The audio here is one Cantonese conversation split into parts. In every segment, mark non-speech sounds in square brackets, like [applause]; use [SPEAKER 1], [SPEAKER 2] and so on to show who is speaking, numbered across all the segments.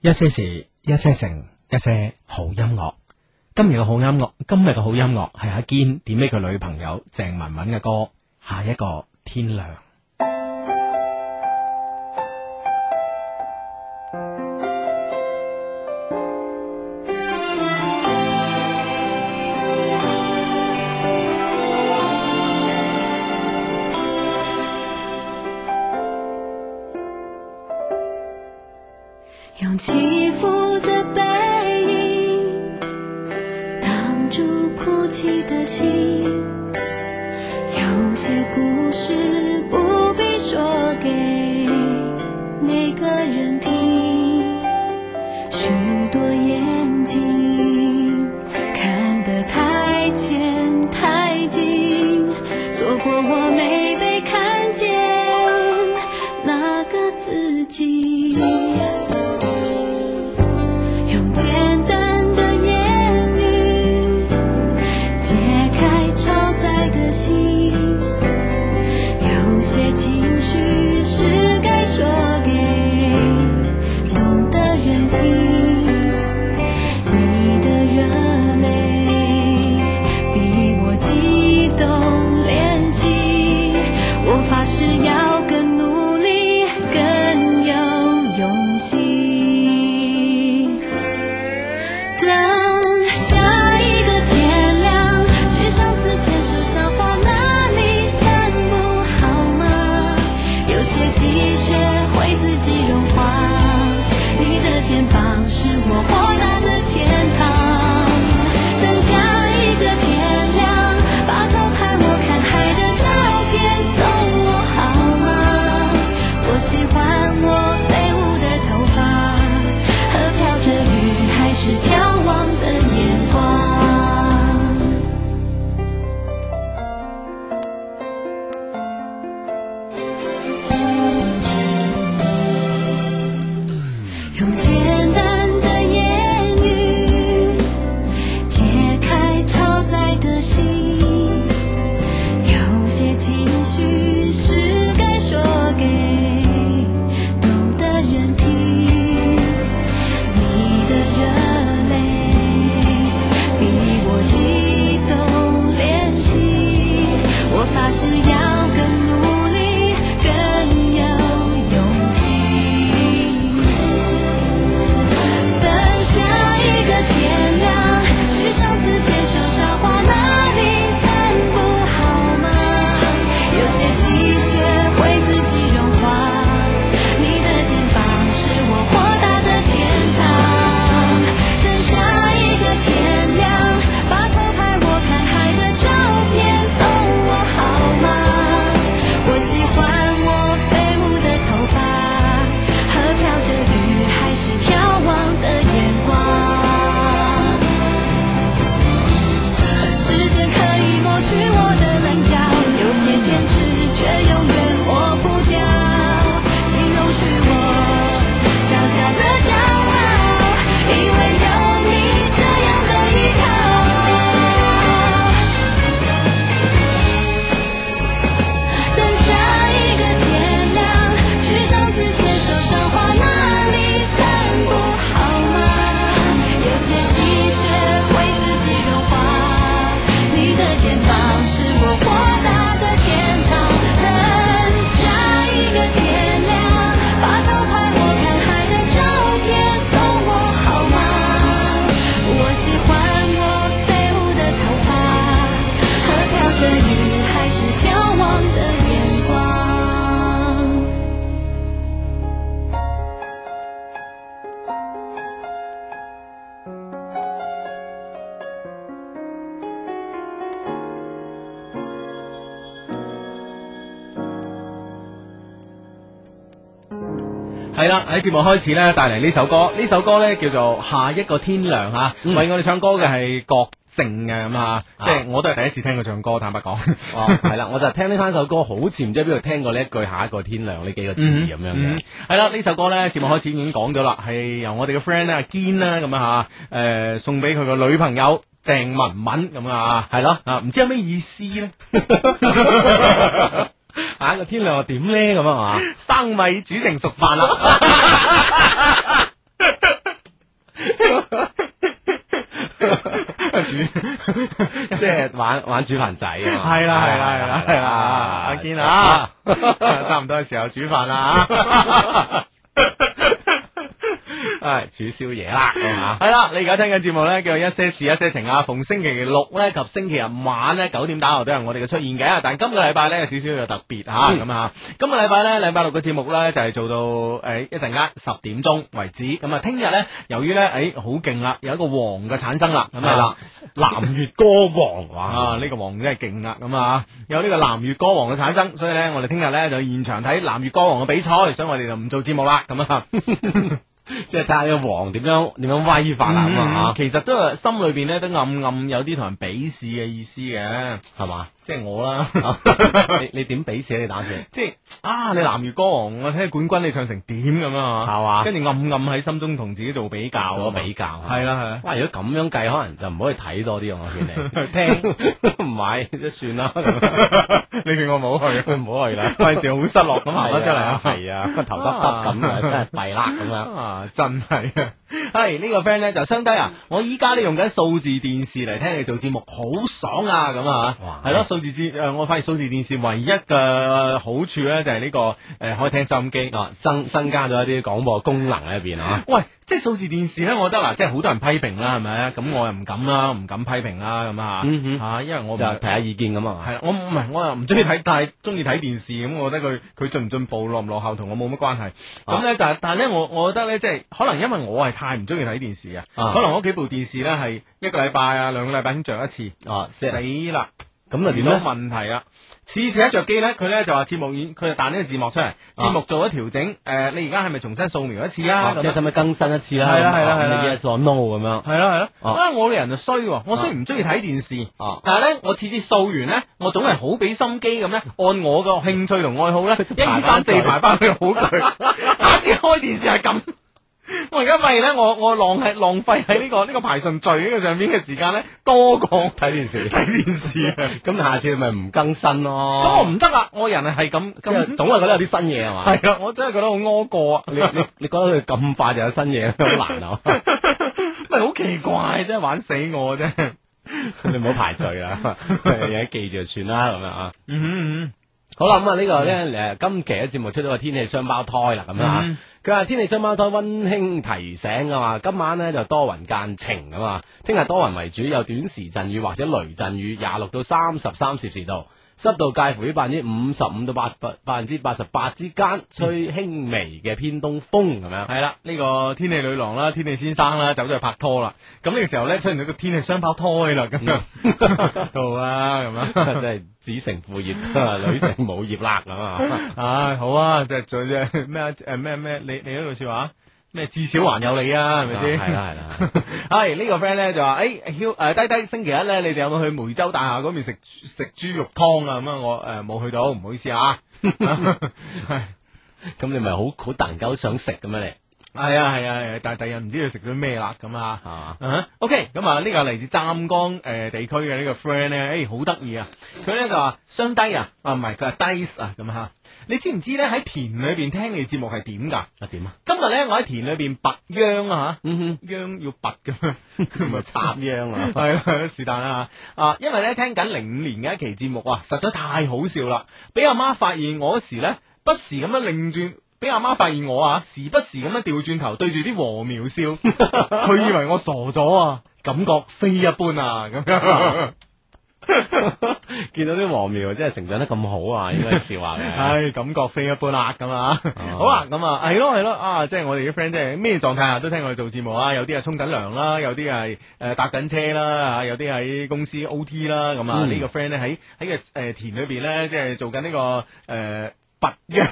[SPEAKER 1] 一些事，一些情，一些好音樂。今日嘅好音樂，今日嘅好音樂係阿堅點俾佢女朋友鄭文文嘅歌《下一個天亮》。
[SPEAKER 2] 用起伏的背影挡住哭泣的心，有些故事不必说给每个人听，许多眼睛看得太浅太近，错过我没被看见那个自己。用简单的言语解开超载的心，有些情绪是该说给懂的人听。你的热泪比我激动怜惜，我发誓要更努力，更有勇气。等下一个天亮，去上次牵手赏花那里散步好吗？有些积雪会自己融化，你的肩膀是我豁达的天堂。等下一个天亮，把偷拍我看海的照片送我好吗？我喜欢我飞舞的头发。和飘着雨还是眺望的眼光。用简单的言语解开超载的心，有些情绪是该说给懂的人听。你的热泪比我激动怜惜，我发誓要更努力，更有勇气。等下一个天亮，去上次牵手赏花那里散步好吗？有些积雪会自己融化，你的肩膀是我豁达的天堂。等下一个天亮，把偷拍我看海的照片送我好吗？我喜欢我飞舞的头发。和飘着雨还是眺望的眼光。时间可以抹去我的棱角，有些坚持却永远抹不掉。请容许我小小的骄傲，因为有你这样的依靠。等下一个天亮，去上次牵手赏花那里散步好吗？有些积雪会自己融化，你的肩膀是我豁达的天堂。等下一个天亮，把偷拍我看海的照片送我好吗？我喜欢我飞舞的头发。和飘着雨还是眺望的眼光。
[SPEAKER 1] 係啦，喺節目開始咧，帶嚟呢首歌，呢首歌咧叫做《下一個天亮》吓，
[SPEAKER 3] 嗯
[SPEAKER 1] 為我哋唱歌嘅係郭靖嘅咁啊，即係我都係第一次聽佢唱歌，坦白講，
[SPEAKER 3] 哦，系啦，我就聽呢翻首歌，好似唔知喺邊度聽過呢一句下一個天亮呢幾個字
[SPEAKER 1] 嗯
[SPEAKER 3] 咁樣嘅。
[SPEAKER 1] 係啦，呢首歌咧節目開始已經講咗啦，係由我哋嘅 friend 咧阿堅啦咁啊吓，誒送俾佢個女朋友鄭文文咁啊，
[SPEAKER 3] 係咯
[SPEAKER 1] 啊唔知有咩意思 [laughs] 咧？
[SPEAKER 3] 下
[SPEAKER 1] 啊
[SPEAKER 3] 一個天亮又 [laughs] 點咧咁啊嘛？
[SPEAKER 1] [laughs] 生米煮成熟飯啦。煮。
[SPEAKER 4] 即係玩玩煮飯仔啊嘛。
[SPEAKER 1] 係啦係啦係啦係啦，阿堅啊， [laughs] 差唔多嘅時候煮飯啦啊
[SPEAKER 3] 啊
[SPEAKER 4] 係煮宵夜啦，係嘛
[SPEAKER 1] 系啦，你而家聽緊節目呢，叫做一些事一些情啊，逢星期六呢及星期日晚呢，九點打後都有我哋嘅出現嘅，但今個禮拜呢，有少少嘅特別吓
[SPEAKER 4] 嗯
[SPEAKER 1] 咁啊，今個禮拜呢，禮拜六嘅節目呢，就係做到诶一陣間十點鐘為止，咁啊聽日呢，由於呢，诶好勁啦，有一個王嘅產生啦，咁
[SPEAKER 4] 係啦
[SPEAKER 1] 啊
[SPEAKER 4] 南越歌王 [laughs] 哇，
[SPEAKER 1] 啊！呢、個王真係勁啦，咁啊有呢個南越歌王嘅產生，所以咧我哋聽日咧就現場睇南越歌王嘅比賽，所以我哋就唔做節目啦，咁啊。
[SPEAKER 4] [laughs] 即係睇下呢個王點樣點樣威法啦咁
[SPEAKER 1] 啊
[SPEAKER 4] 啊
[SPEAKER 1] 其實都係心裏邊咧都暗暗有啲同人鄙視嘅意思嘅，
[SPEAKER 4] 嚇，係嘛？
[SPEAKER 1] 即係我啦，
[SPEAKER 4] [laughs] 你你點俾死你打算？
[SPEAKER 1] 即係啊你南越歌王，我睇冠軍你唱成點咁啊，
[SPEAKER 4] 係嘛？
[SPEAKER 1] 跟住暗暗喺心中同自己做比較啊，
[SPEAKER 4] 做個比較
[SPEAKER 1] 係
[SPEAKER 4] [laughs]
[SPEAKER 1] 啦係啦。
[SPEAKER 4] 哇！如果咁樣計，可能就唔可以睇多啲啊我見 [laughs] 你。
[SPEAKER 1] 聽
[SPEAKER 4] 唔係，即係算啦，咁
[SPEAKER 1] [laughs] 你叫我冇去，
[SPEAKER 4] 唔好去啦。
[SPEAKER 1] 費事好失落咁行
[SPEAKER 4] 行
[SPEAKER 1] 咗
[SPEAKER 4] 咗
[SPEAKER 1] 出嚟啊！
[SPEAKER 4] 系啊，頭耷耷咁啊，真係弊啦咁樣。
[SPEAKER 1] [laughs] 啊，真係啊！係呢、個 friend 咧就相低啊！我依家咧用緊數字電視嚟聽你做節目，好爽啊！咁啊
[SPEAKER 4] 哇，
[SPEAKER 1] 係咯，數字電誒，我發現數字電視唯一嘅好處咧就係呢、個誒、可以聽收音機。
[SPEAKER 4] 啊，增增加咗一啲廣播功能喺入邊啊。
[SPEAKER 1] [laughs] 喂，即係數字電視咧，我覺得嗱，即係好多人批評啦，係咪？咁我又唔敢啦，唔敢批評啦，咁啊
[SPEAKER 4] 嗯哼
[SPEAKER 1] 嚇，因為我唔
[SPEAKER 4] 就提下意見咁
[SPEAKER 1] 係
[SPEAKER 4] 啊，
[SPEAKER 1] 啦，我唔唔係，我又唔中意睇，但係中意睇電視咁，我覺得佢佢進唔進步、落唔落後同我冇乜關係。
[SPEAKER 4] 啊
[SPEAKER 1] 咁咧，但係但係咧，我我覺得咧，即係可能因為我係太唔中意睇電視嘅，
[SPEAKER 4] 啊
[SPEAKER 1] 可能我屋企部電視咧係一個禮拜啊兩個禮拜先着一次，
[SPEAKER 4] 哦，即
[SPEAKER 1] 死
[SPEAKER 4] 係
[SPEAKER 1] 啦！
[SPEAKER 4] 咁啊
[SPEAKER 1] 遇
[SPEAKER 4] 點
[SPEAKER 1] 到
[SPEAKER 4] 咧？
[SPEAKER 1] 問題啦，次次一着機咧，佢咧就話節目已佢就彈呢個字幕
[SPEAKER 4] 啊
[SPEAKER 1] 出嚟，節目做咗調整，誒、你而家係咪重新掃描一次啊？
[SPEAKER 4] 啊
[SPEAKER 1] 咁
[SPEAKER 4] 即係使唔使更新一次啦？哦
[SPEAKER 1] 係啦係啦
[SPEAKER 4] 咁
[SPEAKER 1] 係啦
[SPEAKER 4] 你 yes or no 咁樣
[SPEAKER 1] 係咯係咯，
[SPEAKER 4] 哦
[SPEAKER 1] 啊我個人就衰喎，我雖然唔中意睇電視，
[SPEAKER 4] 哦
[SPEAKER 1] 但係咧我次次掃完咧，我總係好俾心機咁咧，按我個興趣同愛好咧，一二三四排翻去好 [laughs] 佢。下次開電視係咁。我而家發現咧，我我浪係浪費喺呢個呢個排順序呢個上邊嘅時間咧，多過
[SPEAKER 4] 睇電視。
[SPEAKER 1] 睇電 [laughs] 視啊！
[SPEAKER 4] 咁下次咪唔更新
[SPEAKER 1] 咁我
[SPEAKER 4] 咯。
[SPEAKER 1] 唔得啦，我人哦係咁
[SPEAKER 4] 即係
[SPEAKER 1] 咁
[SPEAKER 4] 總係覺得有啲新嘢係嘛？
[SPEAKER 1] 係啦，我真係覺得好屙過啊！
[SPEAKER 4] 你你你覺得佢咁快就有新嘢，好難啊！
[SPEAKER 1] [laughs] 咪好奇怪，真係玩死我啫！
[SPEAKER 4] 你唔好排隊啦，有嘢記住就算啦咁樣啊。
[SPEAKER 1] 嗯嗯
[SPEAKER 4] 好啦，咁啊呢個咧誒，今期嘅節目出咗個天氣雙胞胎啦，咁啊
[SPEAKER 1] 嗯，
[SPEAKER 4] 佢話天氣雙胞胎温馨提醒啊嘛，今晚咧就多雲間晴啊嘛，聽日多雲為主，有短時陣雨或者雷陣雨，廿六到三十三攝氏度，濕度介乎於百分之五十五到八百分之八十八之間，吹輕微嘅偏東風咁 [laughs] 樣。
[SPEAKER 1] 係啊啦，呢、個天氣女郎啦，天氣先生啦，走咗去拍拖啦。咁呢個時候咧，出現咗個天氣雙胞胎啦，咁 [laughs] 樣到啦，咁啊 [laughs] 樣。
[SPEAKER 4] 真係子承父業，啊 [laughs] 女承母業啦咁啊！
[SPEAKER 1] 唉，好啊，即係最即咩啊？誒咩咩？你你嗰句説話咩？至少還有你啊，係咪先？ [laughs]
[SPEAKER 4] 係啦係啦，
[SPEAKER 1] 係呢個 friend 咧就話：，誒、h 誒低低星期一咧，你哋有冇去梅州大廈嗰邊食食豬肉湯啊？咁樣我誒冇、去到，唔好意思 [laughs] 啊。
[SPEAKER 4] 咁你咪好好能夠想食咁樣你
[SPEAKER 1] 係啊係啊係啊，但係第日唔知佢食咗咩啦咁啊。
[SPEAKER 4] 係嘛？
[SPEAKER 1] 啊，OK，咁啊，呢個嚟自湛江誒地區嘅呢個 friend 咧，誒好得意啊！佢咧就話雙低啊，啊唔係佢係 dice 啊咁嚇。你知唔知咧喺田裏邊聽你節目係點㗎？
[SPEAKER 4] 啊點啊？
[SPEAKER 1] 今日咧我喺田裏邊拔秧啊
[SPEAKER 4] 嗯哼。
[SPEAKER 1] 嚇，秧要拔
[SPEAKER 4] [laughs]
[SPEAKER 1] 咁樣，唔係插
[SPEAKER 4] 插秧啊！
[SPEAKER 1] 係啦，係啦是但啦啊！因為咧聽緊零五年嘅一期節目啊，實在太好笑啦！俾阿媽發現我嗰時咧，不時咁樣擰轉。俾阿媽發現我啊，時不時咁樣調轉頭對住啲禾苗笑，
[SPEAKER 4] [laughs]
[SPEAKER 1] 佢以為我傻咗啊，感覺非一般啊，咁樣。
[SPEAKER 4] 見到啲黃苗真係成長得咁好啊，應該笑下 [laughs] 嘅。
[SPEAKER 1] 唉，感覺非一般啦，咁啊，好啦，咁啊，係咯係咯，啊，即係我哋啲 friend 即係咩狀態下都聽我哋做節目啊，有啲係沖緊涼啦，有啲係誒搭緊車啦，啊，有啲喺公司 O T 啦，咁啊，
[SPEAKER 4] 嗯
[SPEAKER 1] 呢個 friend 咧喺喺個誒田裏邊咧，即係做緊呢個誒。拔秧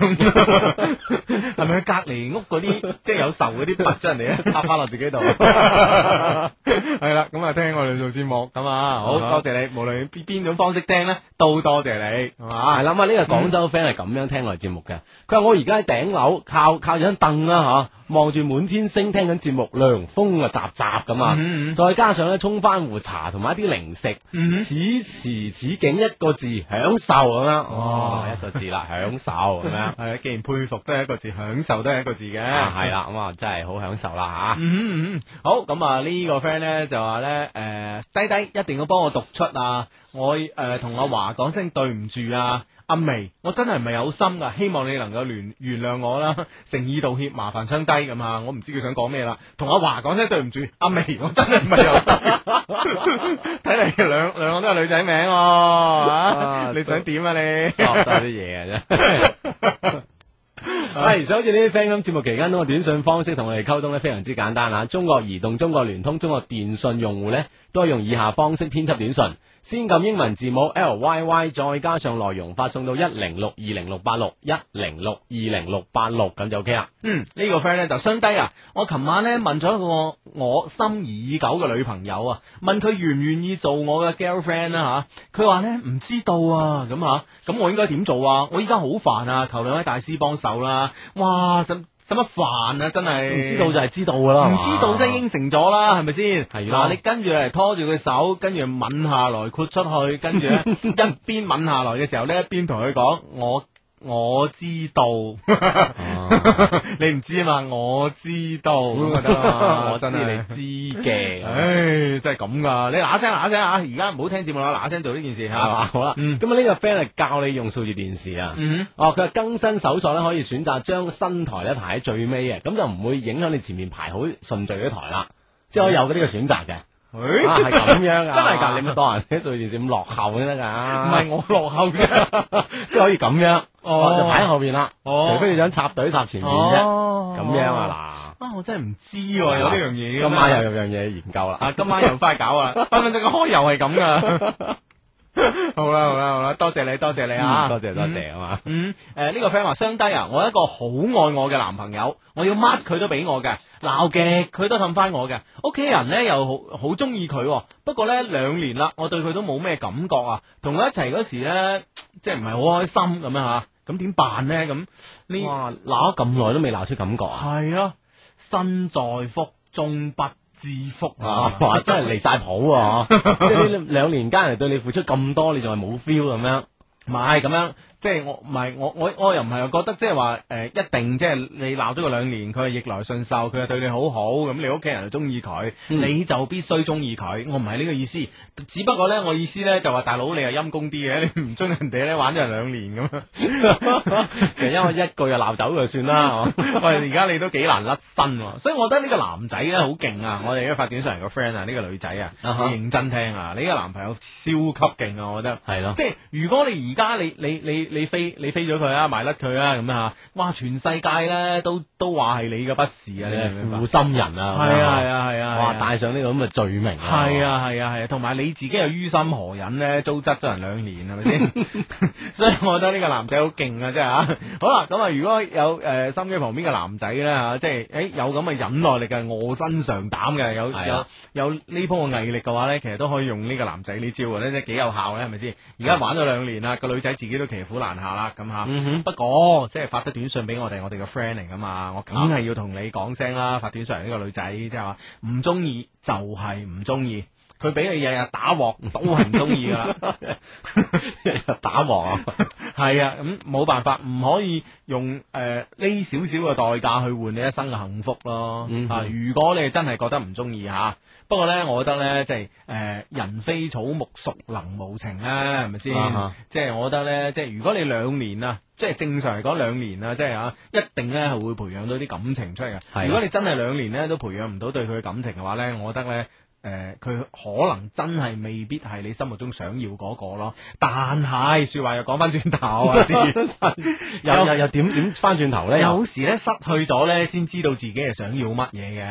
[SPEAKER 1] 係咪佢隔離屋嗰 [laughs] 啲即係有仇嗰啲拔咗人哋咧啊插翻落自 [laughs] 己度？係啦，咁啊聽我哋做節目咁啊，好多謝你，無論邊邊種方式聽咧，都多謝你，係嘛
[SPEAKER 4] 係？啦，咁啊呢個廣州 friend 係咁樣聽我哋節目嘅。佢話我而家喺頂樓，靠靠張凳啦嚇，望住滿天星聽緊節目，涼風啊雜雜咁啊。
[SPEAKER 1] 嗯嗯
[SPEAKER 4] 再加上咧沖翻壺茶同埋一啲零食，
[SPEAKER 1] 嗯
[SPEAKER 4] 此時此景一個字享受咁樣。
[SPEAKER 1] 哦
[SPEAKER 4] 哦，一個字啦，享受
[SPEAKER 3] 咁
[SPEAKER 1] [laughs]
[SPEAKER 3] 樣。
[SPEAKER 1] 系啊，既然佩服都系一个字，享受都系一个字嘅，
[SPEAKER 3] 啊，系啦，咁啊，真係好享受啦
[SPEAKER 1] 嗯嗯嗯，好咁啊！呢個 friend 咧就話咧，诶、低低一定要幫我讀出啊！我诶同、阿華講聲對唔住啊，阿眉，我真係唔係有心噶，希望你能夠原原諒我啦， [laughs] 誠意道歉，麻煩相低咁啊！我唔知佢想講咩啦，同阿華講聲對唔住，阿眉，我真係唔係有心， [laughs] 睇嚟兩兩個都係女仔名喎、啊
[SPEAKER 3] 啊，
[SPEAKER 1] 你想點啊你？
[SPEAKER 3] 吓，學哦得啲嘢嘅啫。係，所以好似呢啲 friend 咁，節目期間通過短信方式同我哋溝通咧，非常之簡單啊！中國移動、中國聯通、中國電信用戶咧，都係用以下方式編輯短信：先撳英文字母 L Y Y，再加上內容發送到一零六二零六八六一零六二零六八六，咁就 OK 啦。
[SPEAKER 1] 嗯，呢、個 friend 咧就相低啊！我琴晚咧問咗一個我心儀已久嘅女朋友啊，問佢願唔願意做我嘅 girlfriend 啦吓，佢話咧唔知道啊，咁吓，咁我應該點做啊？我依家好煩啊，求兩位大師幫手啦！哇，使使乜煩啊，真係
[SPEAKER 3] 唔知道就係知道噶啦，
[SPEAKER 4] [laughs]
[SPEAKER 1] 唔知道
[SPEAKER 3] 啫
[SPEAKER 1] 真係應承咗啦，係咪先？
[SPEAKER 3] 啊係咯
[SPEAKER 1] 嗱，你跟住嚟拖住佢手，跟住吻下來，豁出去，跟
[SPEAKER 3] [laughs]
[SPEAKER 1] 住咧一邊吻下來嘅時候咧，一邊同佢講我我知道。
[SPEAKER 3] 哦
[SPEAKER 1] [laughs] 你唔知啊嘛，我知道，咁就得啦
[SPEAKER 3] 嗯 [laughs] 我知啊
[SPEAKER 1] 真係
[SPEAKER 3] 你知嘅，
[SPEAKER 1] 哎唉，真係咁噶，你嗱嗱聲嗱嗱聲啊！而家唔好聽節目啦，嗱嗱聲做呢件事
[SPEAKER 3] 係
[SPEAKER 1] 吓。
[SPEAKER 3] 嘛？好啦，
[SPEAKER 1] 嗯
[SPEAKER 3] 咁啊呢個 friend 係教你用數字電視啊。
[SPEAKER 1] 嗯
[SPEAKER 3] 哦，佢話更新搜索咧，可以選擇將新台咧排喺最尾嘅，咁就唔會影響你前面排好順序嗰啲台啦，
[SPEAKER 1] 嗯
[SPEAKER 3] 即係可以有呢個選擇嘅。
[SPEAKER 1] 哼，
[SPEAKER 3] 啊，係咁樣噶，
[SPEAKER 1] 哎真係㗎
[SPEAKER 3] 你咪當人啲數字電視咁落後 [laughs] 先得
[SPEAKER 1] 唔
[SPEAKER 3] 㗎。
[SPEAKER 1] 係，我落後啫。
[SPEAKER 3] 啊即係可以咁樣，
[SPEAKER 1] 哦
[SPEAKER 3] 哦，就排喺後邊啦。
[SPEAKER 1] 哦
[SPEAKER 3] 除非你想插隊插前面啫，
[SPEAKER 1] 哦
[SPEAKER 3] 咁樣啊
[SPEAKER 1] 嗱，啊，我真係唔知喎，有呢樣嘢㗎
[SPEAKER 3] 嗱，今
[SPEAKER 1] 嘛。
[SPEAKER 3] 晚又有樣嘢研究啦。
[SPEAKER 1] 啊，今晚又快搞
[SPEAKER 3] [laughs]
[SPEAKER 1] 啊！分分鐘個開又係咁噶。好啦好啦好啦，多謝你多謝你啊！
[SPEAKER 3] 嗯多謝多。謝啊嘛。
[SPEAKER 1] 嗯，诶、呢、個 friend 話雙低啊，我有一個好愛我嘅男朋友，我要乜佢都俾我嘅，鬧極佢都氹翻我嘅，屋企人呢又好好中意佢喎，不過呢，兩年啦，我對佢都冇咩感覺啊，同佢一齊嗰時呢，即係唔係好開心咁樣吓，咁點辦呢？咁呢？
[SPEAKER 3] 哇，鬧咗咁耐都未鬧出感覺啊！
[SPEAKER 1] 係啊，身在福中不知福 [laughs]
[SPEAKER 3] 啊！哇，真係離晒譜
[SPEAKER 1] 啊
[SPEAKER 3] 喎！即係呢兩年間嚟對你付出咁多，你仲係冇 feel 咁樣。
[SPEAKER 1] 唔係咁樣，即係我唔係我我我又唔係又覺得即係話誒一定即係你鬧咗佢兩年，佢係逆來順受，佢係對你好好，咁你屋企人就中意佢，
[SPEAKER 3] 嗯
[SPEAKER 1] 你就必須中意佢。我唔係呢個意思，只不過咧我意思咧就話大佬你係陰公啲嘅， [laughs] 你唔中意人哋咧玩咗人兩年
[SPEAKER 3] [laughs]
[SPEAKER 1] 咁樣。
[SPEAKER 3] 就因為一句就鬧走佢就算
[SPEAKER 1] [laughs]
[SPEAKER 3] 啦，哦
[SPEAKER 1] 喂，而家你都幾難甩身喎，所以我覺得呢個男仔咧好勁
[SPEAKER 3] [laughs]
[SPEAKER 1] 啊！我哋而家發短信嚟個 friend 啊，呢個女仔啊，
[SPEAKER 3] 啊哈
[SPEAKER 1] 你認真聽啊，你呢個男朋友超級勁啊，我覺得。
[SPEAKER 3] 係咯，
[SPEAKER 1] 即係如果你而家你你你你飛你飛咗佢啊，埋甩佢啊咁啊，哇！全世界咧都都話係你嘅不是啊，你明唔明白？
[SPEAKER 3] 負心人啊，
[SPEAKER 1] 係啊係啊係啊，
[SPEAKER 3] 哇，
[SPEAKER 1] 係啊
[SPEAKER 3] 帶上呢個咁嘅罪名，
[SPEAKER 1] 係，啊係啊係啊，同埋你自己又於心何忍
[SPEAKER 3] [laughs]
[SPEAKER 1] 咧？糟質咗人兩年係咪先？所以我覺得呢個男仔好勁啊，真係啊！好啦，咁啊，如果有誒心機旁邊嘅男仔咧嚇，即係誒有咁嘅忍耐力嘅，卧薪嘗膽嘅，有
[SPEAKER 3] 係啊
[SPEAKER 1] 有有呢鋪嘅毅力嘅話咧，其實都可以用呢個男仔呢招嘅咧，即係幾有效咧，係咪先？而家玩咗兩年啦，個女仔自己都騎虎難下啦，咁嚇。
[SPEAKER 3] 嗯哼
[SPEAKER 1] 不過即係發得短信俾我哋，我哋嘅 friend 嚟噶嘛，我
[SPEAKER 3] 嗯
[SPEAKER 1] 梗係要同你講聲啦，發短信嚟呢個女仔，即係話唔中意就係唔中意，佢俾你日日打
[SPEAKER 3] [laughs]
[SPEAKER 1] 鑊都係唔中意噶啦，
[SPEAKER 3] 打王啊，
[SPEAKER 1] 係啊，咁冇辦法，唔可以用誒呢少少嘅代價去換你一生嘅幸福咯。
[SPEAKER 3] 嗯
[SPEAKER 1] 啊，如果你係真係覺得唔中意嚇，不過呢，我覺得呢，即係誒、呃人非草木，孰能無情啦，係咪先？
[SPEAKER 3] 啊哈
[SPEAKER 1] 即係我覺得咧，即係如果你兩年啊，即係正常嚟講兩年啊，即係啊，一定咧係會培養到啲感情出嚟嘅。
[SPEAKER 3] 係啊
[SPEAKER 1] 如果你真係兩年咧都培養唔到對佢嘅感情嘅話咧，我覺得咧。誒，佢、可能真係未必係你心目中想要嗰個咯，但係説話又講翻轉頭啊，先
[SPEAKER 3] [laughs] 又又又點點翻轉頭咧？又
[SPEAKER 1] 有時咧失去咗咧，先知道自己係想要乜嘢嘅。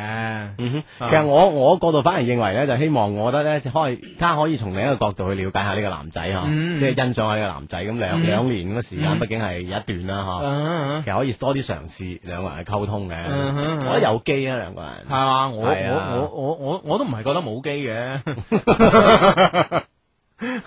[SPEAKER 3] 嗯哼，其實我我角度反而認為咧，就希望我覺得咧，就可以，睇下可以從另一個角度去了解下呢個男仔嚇，
[SPEAKER 1] 嗯
[SPEAKER 3] 即係欣賞下呢個男仔咁兩
[SPEAKER 1] 嗯
[SPEAKER 3] 兩年咁嘅時間，
[SPEAKER 1] 嗯
[SPEAKER 3] 畢竟係有一段啦
[SPEAKER 1] 嗯
[SPEAKER 3] 嚇，其實可以多啲嘗試兩個人去溝通嘅
[SPEAKER 1] 嗯哼，
[SPEAKER 3] 我覺得有機啊兩個人
[SPEAKER 1] 係。嘛？我
[SPEAKER 3] 係啊 [laughs]
[SPEAKER 1] 我我我我我都唔係覺得冇機嘅。系呢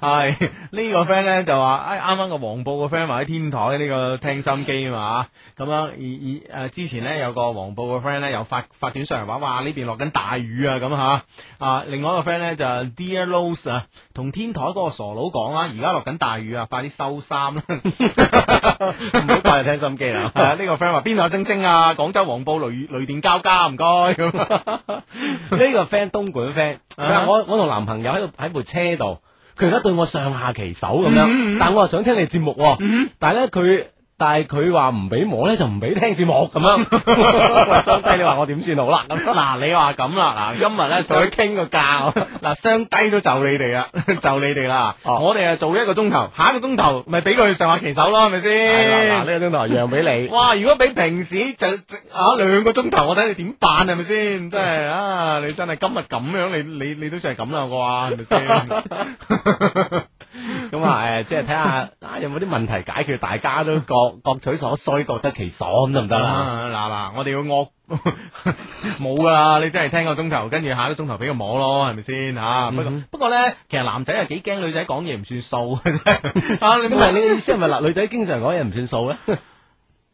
[SPEAKER 1] 個 friend 咧就話，诶啱啱個黃埔個 friend 話喺天台呢個聽心機啊嘛，咁樣而而诶之前咧有個黃埔個 friend 咧又發發短信嚟話，哇呢邊落緊大雨啊咁吓，啊另外一個 friend 咧就 Dear Rose 啊，同天台嗰個傻佬講啦，而家落緊大雨啊，快啲收衫啦。 [laughs]
[SPEAKER 3] 唔好掛住聽心機啦。
[SPEAKER 1] 係啊，呢個 friend 話邊度有星星啊？廣州黃埔雷雷電交加，唔該咁。
[SPEAKER 3] 呢個 friend 東莞 friend，佢話
[SPEAKER 1] 啊
[SPEAKER 3] 我我同男朋友喺度喺部車度，佢而家對我上下其手咁樣，但我又想聽你節目喎，但係咧佢。但係佢話唔俾摸咧，就唔俾聽節目咁樣。喂，相低你話我點算好啦？咁
[SPEAKER 1] 嗱，你話咁啦，嗱，今日咧
[SPEAKER 3] 同
[SPEAKER 1] 想
[SPEAKER 3] 佢傾個價，
[SPEAKER 1] 嗱，雙低都就你哋啦，就你哋啦。
[SPEAKER 3] 哦
[SPEAKER 1] 我哋啊做一個鐘頭，下一個鐘頭咪俾佢上下其手咯，係咪
[SPEAKER 3] 係
[SPEAKER 1] 先？
[SPEAKER 3] 啦嗱呢個鐘頭讓
[SPEAKER 1] [laughs]
[SPEAKER 3] 俾你。
[SPEAKER 1] 哇！如果比平時就就啊兩個鐘頭，我睇你點辦係咪先？真係啊！你真係今日咁樣，你你你都算係咁啦啩，係咪先？
[SPEAKER 3] 咁啊誒，即係睇下啊有冇啲問題解決，大家都各 [laughs] 各取所需，各得其所咁得唔得啦？
[SPEAKER 1] 啊嗱嗱，我哋要惡 [laughs] 冇噶啦，你真係聽個鐘頭，跟住下一個鐘頭俾佢摸咯，係咪先吓？不過
[SPEAKER 3] 嗯
[SPEAKER 1] 不過咧，其實男仔係幾驚女仔講嘢唔算數嘅
[SPEAKER 3] [laughs]
[SPEAKER 1] 啫。啊，你
[SPEAKER 3] 咁
[SPEAKER 1] 冇
[SPEAKER 3] 但係你嘅意思係咪嗱女仔經常講嘢唔算數咧？
[SPEAKER 1] [laughs]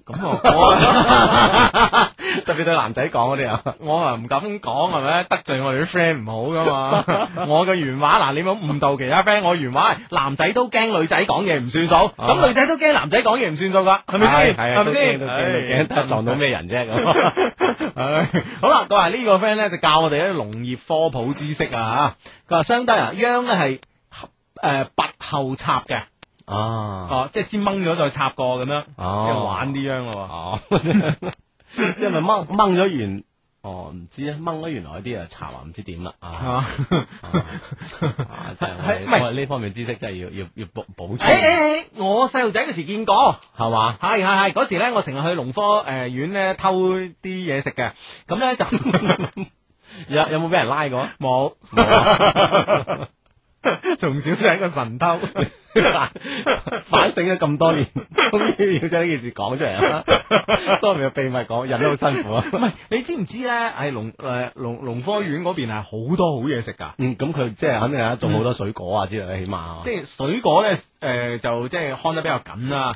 [SPEAKER 1] 咁啊我？
[SPEAKER 3] [laughs] 特別對男仔講嗰啲啊，
[SPEAKER 1] 我啊唔敢講係咪？得罪我哋啲 friend 唔好
[SPEAKER 3] [laughs]
[SPEAKER 1] 噶嘛。我嘅原話嗱，你冇誤導其他 friend。我原話係男仔都驚女仔講嘢唔算數，咁女仔都驚男仔講嘢唔算數噶，係咪先？
[SPEAKER 3] 啊係啊
[SPEAKER 1] 係咪先？
[SPEAKER 3] 都驚都驚都驚
[SPEAKER 1] 唉
[SPEAKER 3] 撞到咩人啫咁。
[SPEAKER 1] [laughs] 唉，好啦，佢話呢個 friend 咧就教我哋啲農業科普知識啊吓。佢話相低啊，秧咧係诶拔後插嘅，
[SPEAKER 3] 啊，
[SPEAKER 1] 哦，即係先掹咗再插過咁樣，即係
[SPEAKER 3] 哦，
[SPEAKER 1] 玩啲秧咯。
[SPEAKER 3] 哦， [laughs] 即係咪掹掹咗原？哦，唔知啊，掹咗原來啲啊查話唔知點啦啊，
[SPEAKER 1] 啊
[SPEAKER 3] 啊真係我
[SPEAKER 1] [laughs] 係唔係
[SPEAKER 3] 哋我哋呢方面知識真係要要要補補充
[SPEAKER 1] 诶，诶诶，我細路仔嗰時見過。
[SPEAKER 3] 係嘛？
[SPEAKER 1] 係係係，嗰時咧，我成日去農科诶院咧偷啲嘢食嘅，咁咧就
[SPEAKER 3] 有有冇俾人拉過？
[SPEAKER 1] 冇，從小就係一個神偷。
[SPEAKER 3] 反省咗咁多年，終於要將呢件事講出嚟啦。Sorry，個秘密講，忍得好辛苦啊。
[SPEAKER 1] 唔係，你知唔知咧？喺農诶农农科院嗰邊係好多好嘢食㗎。
[SPEAKER 3] 嗯，咁佢即係肯定係種好多水果啊之類嘅，起碼
[SPEAKER 1] 即係水果咧，诶、就即係看得比較緊啦、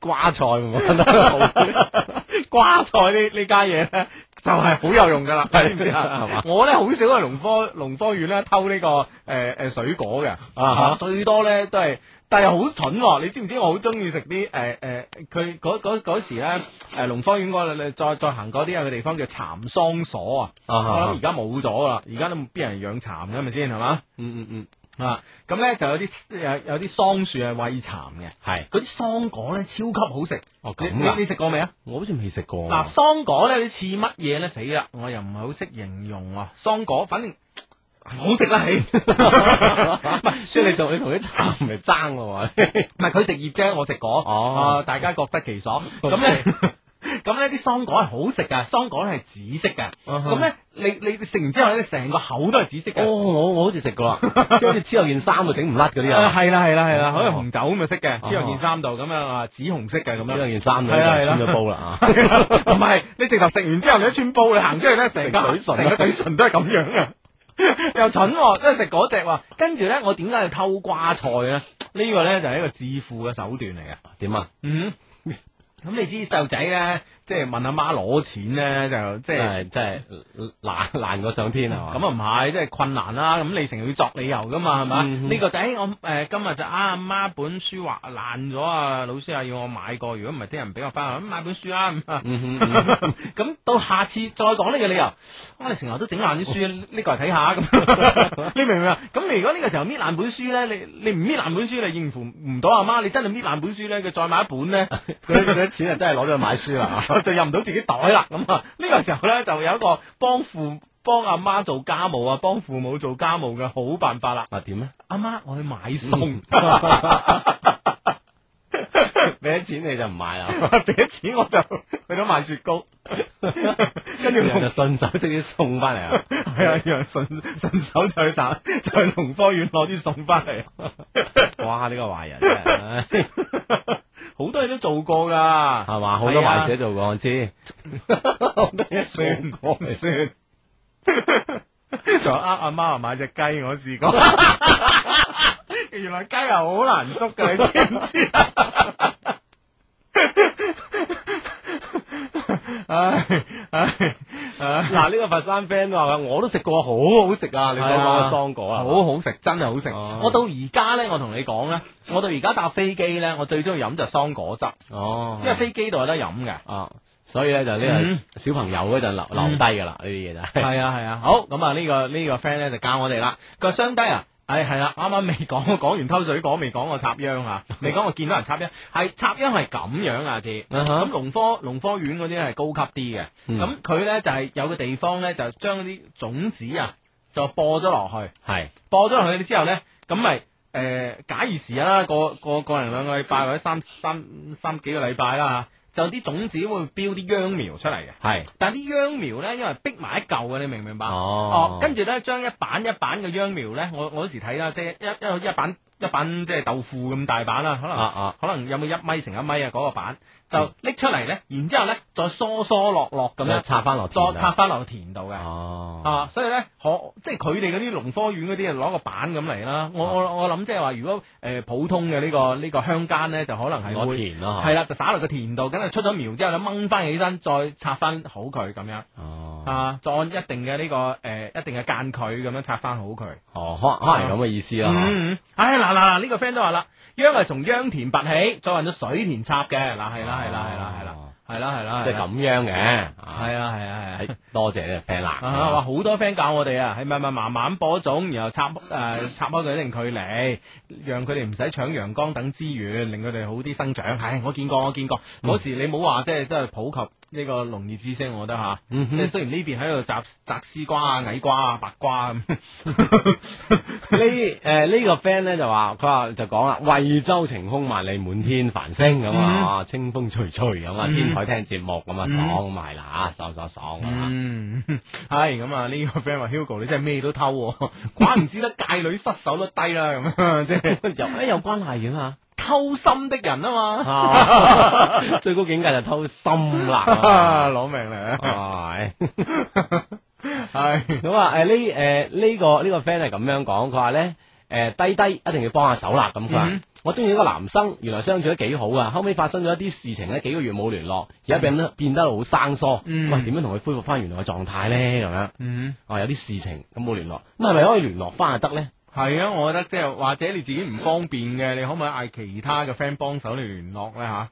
[SPEAKER 3] 瓜菜會唔會覺得好
[SPEAKER 1] 瓜菜呢呢家嘢咧，就係好有用噶啦，知唔知啊
[SPEAKER 3] 係嘛？
[SPEAKER 1] 我咧好少去農科農科院咧偷呢、個誒誒、呃水果嘅，
[SPEAKER 3] 啊哈
[SPEAKER 1] 最多咧都係，但係好蠢喎、你知唔知我好中意食啲誒誒，佢嗰嗰嗰時咧誒農科院嗰度再再行嗰啲有個地方叫蠶桑所啊，
[SPEAKER 3] 啊
[SPEAKER 1] 我諗而
[SPEAKER 3] 哈？
[SPEAKER 1] 家冇咗啦，而家都邊人養蠶嘅係咪先係嘛？
[SPEAKER 3] 嗯嗯嗯，
[SPEAKER 1] 啊，咁咧就有啲有有啲桑樹係餵蠶嘅，
[SPEAKER 3] 係
[SPEAKER 1] 嗰啲桑果咧超級好食，
[SPEAKER 3] 哦
[SPEAKER 1] 你
[SPEAKER 3] 咁
[SPEAKER 1] 你
[SPEAKER 3] 啊
[SPEAKER 1] 你，食過未啊？
[SPEAKER 3] 我好似未食過
[SPEAKER 1] 嗱，桑果咧，你似乜嘢咧？死啦！我又唔係好識形容喎。桑果，反正好食
[SPEAKER 3] [laughs]
[SPEAKER 1] 啦，起唔
[SPEAKER 3] 所以你同你同啲蠶咪
[SPEAKER 1] [laughs]
[SPEAKER 3] 爭咯喎，
[SPEAKER 1] 係佢食葉啫，我食果。
[SPEAKER 3] 哦
[SPEAKER 1] 啊大家各得其所。咁咧， [laughs] 咁咧啲桑果係好食噶，桑果咧係紫色
[SPEAKER 3] 啊
[SPEAKER 1] 噶。咁
[SPEAKER 3] 咁咧。
[SPEAKER 1] 咧，你你食完之後咧，你成個口都係紫色
[SPEAKER 3] 哦，
[SPEAKER 1] 嘅。
[SPEAKER 3] 我我好似食過
[SPEAKER 1] [laughs]
[SPEAKER 3] 啦，即係好似黐落件衫度整唔甩嗰啲
[SPEAKER 1] 啊
[SPEAKER 3] 啊，
[SPEAKER 1] [laughs] 係啦係啦係啦，
[SPEAKER 3] 哦
[SPEAKER 1] 好似紅酒咁嘅色嘅，黐
[SPEAKER 3] 哦
[SPEAKER 1] 落件衫度咁樣啊，紫紅色嘅咁
[SPEAKER 3] 黐
[SPEAKER 1] 樣。
[SPEAKER 3] 落件衫度就
[SPEAKER 1] 係啦係啦
[SPEAKER 3] 穿咗煲啦啊！
[SPEAKER 1] [laughs] 唔係，你直頭食完之後，你一穿煲，你行出去咧，成個
[SPEAKER 3] 成嘴唇
[SPEAKER 1] 成個嘴唇都啊係咁樣啊！ [laughs] 又蠢喎、都係食嗰只喎。跟住咧，我點解要偷瓜菜咧？呢個咧就係一個致富嘅手段嚟嘅。
[SPEAKER 3] 點啊？
[SPEAKER 1] 嗯，咁你知細路仔咧，即係問阿媽攞錢咧，就即
[SPEAKER 3] 真
[SPEAKER 1] 係
[SPEAKER 3] 係真係難難過上天啊！
[SPEAKER 1] 咁啊唔係，即係困難啦。咁你成日要作理由噶嘛，係嘛？
[SPEAKER 3] 嗯哼
[SPEAKER 1] 呢個就哎係我誒今日就啊阿媽本書畫爛咗啊，老師話要我買過，如果唔係啲人唔俾我翻，咁買本書啦咁啊。
[SPEAKER 3] 嗯哼嗯哼
[SPEAKER 1] [laughs] 咁到下次再講呢個理由，我哋成日都整爛啲書，呢個嚟睇下
[SPEAKER 3] [laughs]
[SPEAKER 1] 咁，你明唔明啊？咁你如果呢個時候搣爛本書咧，你你唔搣爛本書，你應付唔到阿媽，你真係搣爛本書咧，佢再買一本咧，
[SPEAKER 3] 佢佢啲錢啊真係攞咗去買書啦！
[SPEAKER 1] [laughs] 就就入唔到自己袋啦。咁啊，呢個時候咧就有一個幫父幫阿媽做家務啊，幫父母做家務嘅好辦法啦。
[SPEAKER 3] 啊點咧？
[SPEAKER 1] 阿媽，我去買餸，
[SPEAKER 3] 俾咗錢你就唔買啦，
[SPEAKER 1] [laughs] 俾咗錢我就去咗買雪
[SPEAKER 3] [laughs]
[SPEAKER 1] 糕，跟住
[SPEAKER 3] 人就順手直接送翻嚟啊！
[SPEAKER 1] 係啊，然後順順手就去省，就去農科院攞啲餸翻嚟。
[SPEAKER 3] 哇！呢個壞人真係唉
[SPEAKER 1] [laughs] 好多嘢都做過㗎，
[SPEAKER 3] 係嘛？好多
[SPEAKER 1] 係啊
[SPEAKER 3] 壞事都做過，我知。好多嘢
[SPEAKER 1] 算唔
[SPEAKER 3] 過
[SPEAKER 1] 算？仲有呃阿媽話買只雞，我試 [laughs] 過。原來雞又好難捉噶，你知唔知啊？唉唉唉，
[SPEAKER 3] 嗱，呢個佛山 friend 都話我都食過，好好食啊！你所講嘅桑果啊，
[SPEAKER 1] 好好食，真係好食。
[SPEAKER 3] 哦
[SPEAKER 1] 我到而家咧，我同你講咧，我到而家搭飛機咧，我最中意飲就桑果汁，
[SPEAKER 3] 哦
[SPEAKER 1] 因，為飛機度有得飲嘅。
[SPEAKER 3] 啊，所以咧就呢
[SPEAKER 1] 嗯
[SPEAKER 3] 個小朋友嗰陣留留低噶啦，呢啲嘢就係。
[SPEAKER 1] 系啊系啊，好咁啊呢個呢個 friend 咧就教我哋啦，個相低啊。唉，係啦，啱啱未 [laughs] 講，講完偷水果未講我插秧啊，未講我見到人插秧，係插秧係咁樣啊，姐。咁農科農科院嗰啲咧係高級啲嘅，
[SPEAKER 3] 嗯
[SPEAKER 1] 咁佢咧就係有個地方咧就將啲種子啊就播咗落去，
[SPEAKER 3] 係
[SPEAKER 1] 播咗落去之後咧，咁咪誒呃假以啊時日啦，個個個人兩個禮拜或者三三三幾個禮拜啦嚇，就啲種子會標啲秧苗出嚟嘅。
[SPEAKER 3] 係
[SPEAKER 1] 但啲秧苗咧，因為逼埋一嚿嘅，你明唔明白？
[SPEAKER 3] 哦
[SPEAKER 1] 跟住咧，將一板一板嘅秧苗咧，我我嗰時睇啦，即係一一一板一板即係豆腐咁大板啦，可能、
[SPEAKER 3] 啊啊
[SPEAKER 1] 可能有冇一米乘一米啊嗰、個板，就拎出嚟咧，然之後咧再疏疏落落咁
[SPEAKER 3] 咁樣
[SPEAKER 1] 樣
[SPEAKER 3] 插翻落田
[SPEAKER 1] 再插
[SPEAKER 3] 啊。
[SPEAKER 1] 翻落田度嘅。
[SPEAKER 3] 哦，
[SPEAKER 1] 啊，所以咧，可即係佢哋嗰啲農科院嗰啲，攞個板咁嚟啦。我我我諗即係話，如果誒、呃普通嘅呢、個呢、個鄉間咧，就可能係
[SPEAKER 3] 攞
[SPEAKER 1] 會
[SPEAKER 3] 田咯，
[SPEAKER 1] 係啦，就撒落個田度，跟住出咗苗之後咧，掹翻起身，再插翻好佢咁樣
[SPEAKER 3] 哦，
[SPEAKER 1] 啊，再按一定嘅呢、個誒、呃一定嘅間距咁樣插翻好佢。
[SPEAKER 3] 哦，可可能係咁嘅意思啦。嗬
[SPEAKER 1] 嗯，嗯唉嗱嗱嗱，呢個 friend 都話啦，秧係從秧田拔起，再混咗水田插嘅，嗱係啦係啦係啦係啦
[SPEAKER 3] 哦
[SPEAKER 1] 係啦係啦，
[SPEAKER 3] 即係咁樣嘅。啊
[SPEAKER 1] 係啦，係啊係啊係啊。
[SPEAKER 3] 係多謝呢個 friend 啦。
[SPEAKER 1] 啊！哇，好多 friend 教我哋啊，係咪咪慢慢播種，然後插誒、呃插開佢一定距離，讓佢哋唔使搶陽光等資源，令佢哋好啲生長。唉、我見過，我見過。嗰、時你冇話即係都係普及呢個農業知識，我覺得嚇。
[SPEAKER 3] 嗯
[SPEAKER 1] 即
[SPEAKER 3] 哼
[SPEAKER 1] 係雖然呢邊喺度摘摘絲瓜啊、矮瓜啊、白瓜咁。
[SPEAKER 3] 呢誒呢個 friend 咧就話，佢話就講啦，惠州晴空萬里滿天繁星咁啊，清風徐徐咁啊，
[SPEAKER 1] 嗯
[SPEAKER 3] 天台聽節目咁啊，
[SPEAKER 1] 嗯
[SPEAKER 3] 爽咁係啦嚇，爽爽爽啊咁
[SPEAKER 1] 嗯，係咁啊！呢、個 friend 話 Hugo 你真係咩都偷喎， [laughs] 怪唔知得界女失手率低啦咁 [laughs] 樣，即係
[SPEAKER 3] 嚇，有咧有關係嘅 [laughs] 嘛，
[SPEAKER 1] 偷心的人啊
[SPEAKER 3] [laughs]
[SPEAKER 1] 嘛，
[SPEAKER 3] 啊最高境界就偷心啦。
[SPEAKER 1] 攞命嚟啊！哎 [laughs] 係
[SPEAKER 3] 唉，哎咁啊，誒呢誒呢個呢個 friend 係咁樣講，佢話咧誒低低一定要幫下手啦，咁佢話
[SPEAKER 1] 嗯
[SPEAKER 3] 我中意一個男生，原來相處得幾好啊，後尾發生咗一啲事情咧，幾個月冇聯絡，而家變得變得好生疏，
[SPEAKER 1] 嗯
[SPEAKER 3] 喂點樣同佢恢復翻原來嘅狀態咧？咁樣
[SPEAKER 1] 嗯。
[SPEAKER 3] 哦有啲事情咁冇聯絡，咁係咪可以聯絡翻就得咧？
[SPEAKER 1] 係啊，我覺得即係或者你自己唔方便嘅，你可唔可以嗌其他嘅 friend 幫手嚟聯絡咧吓？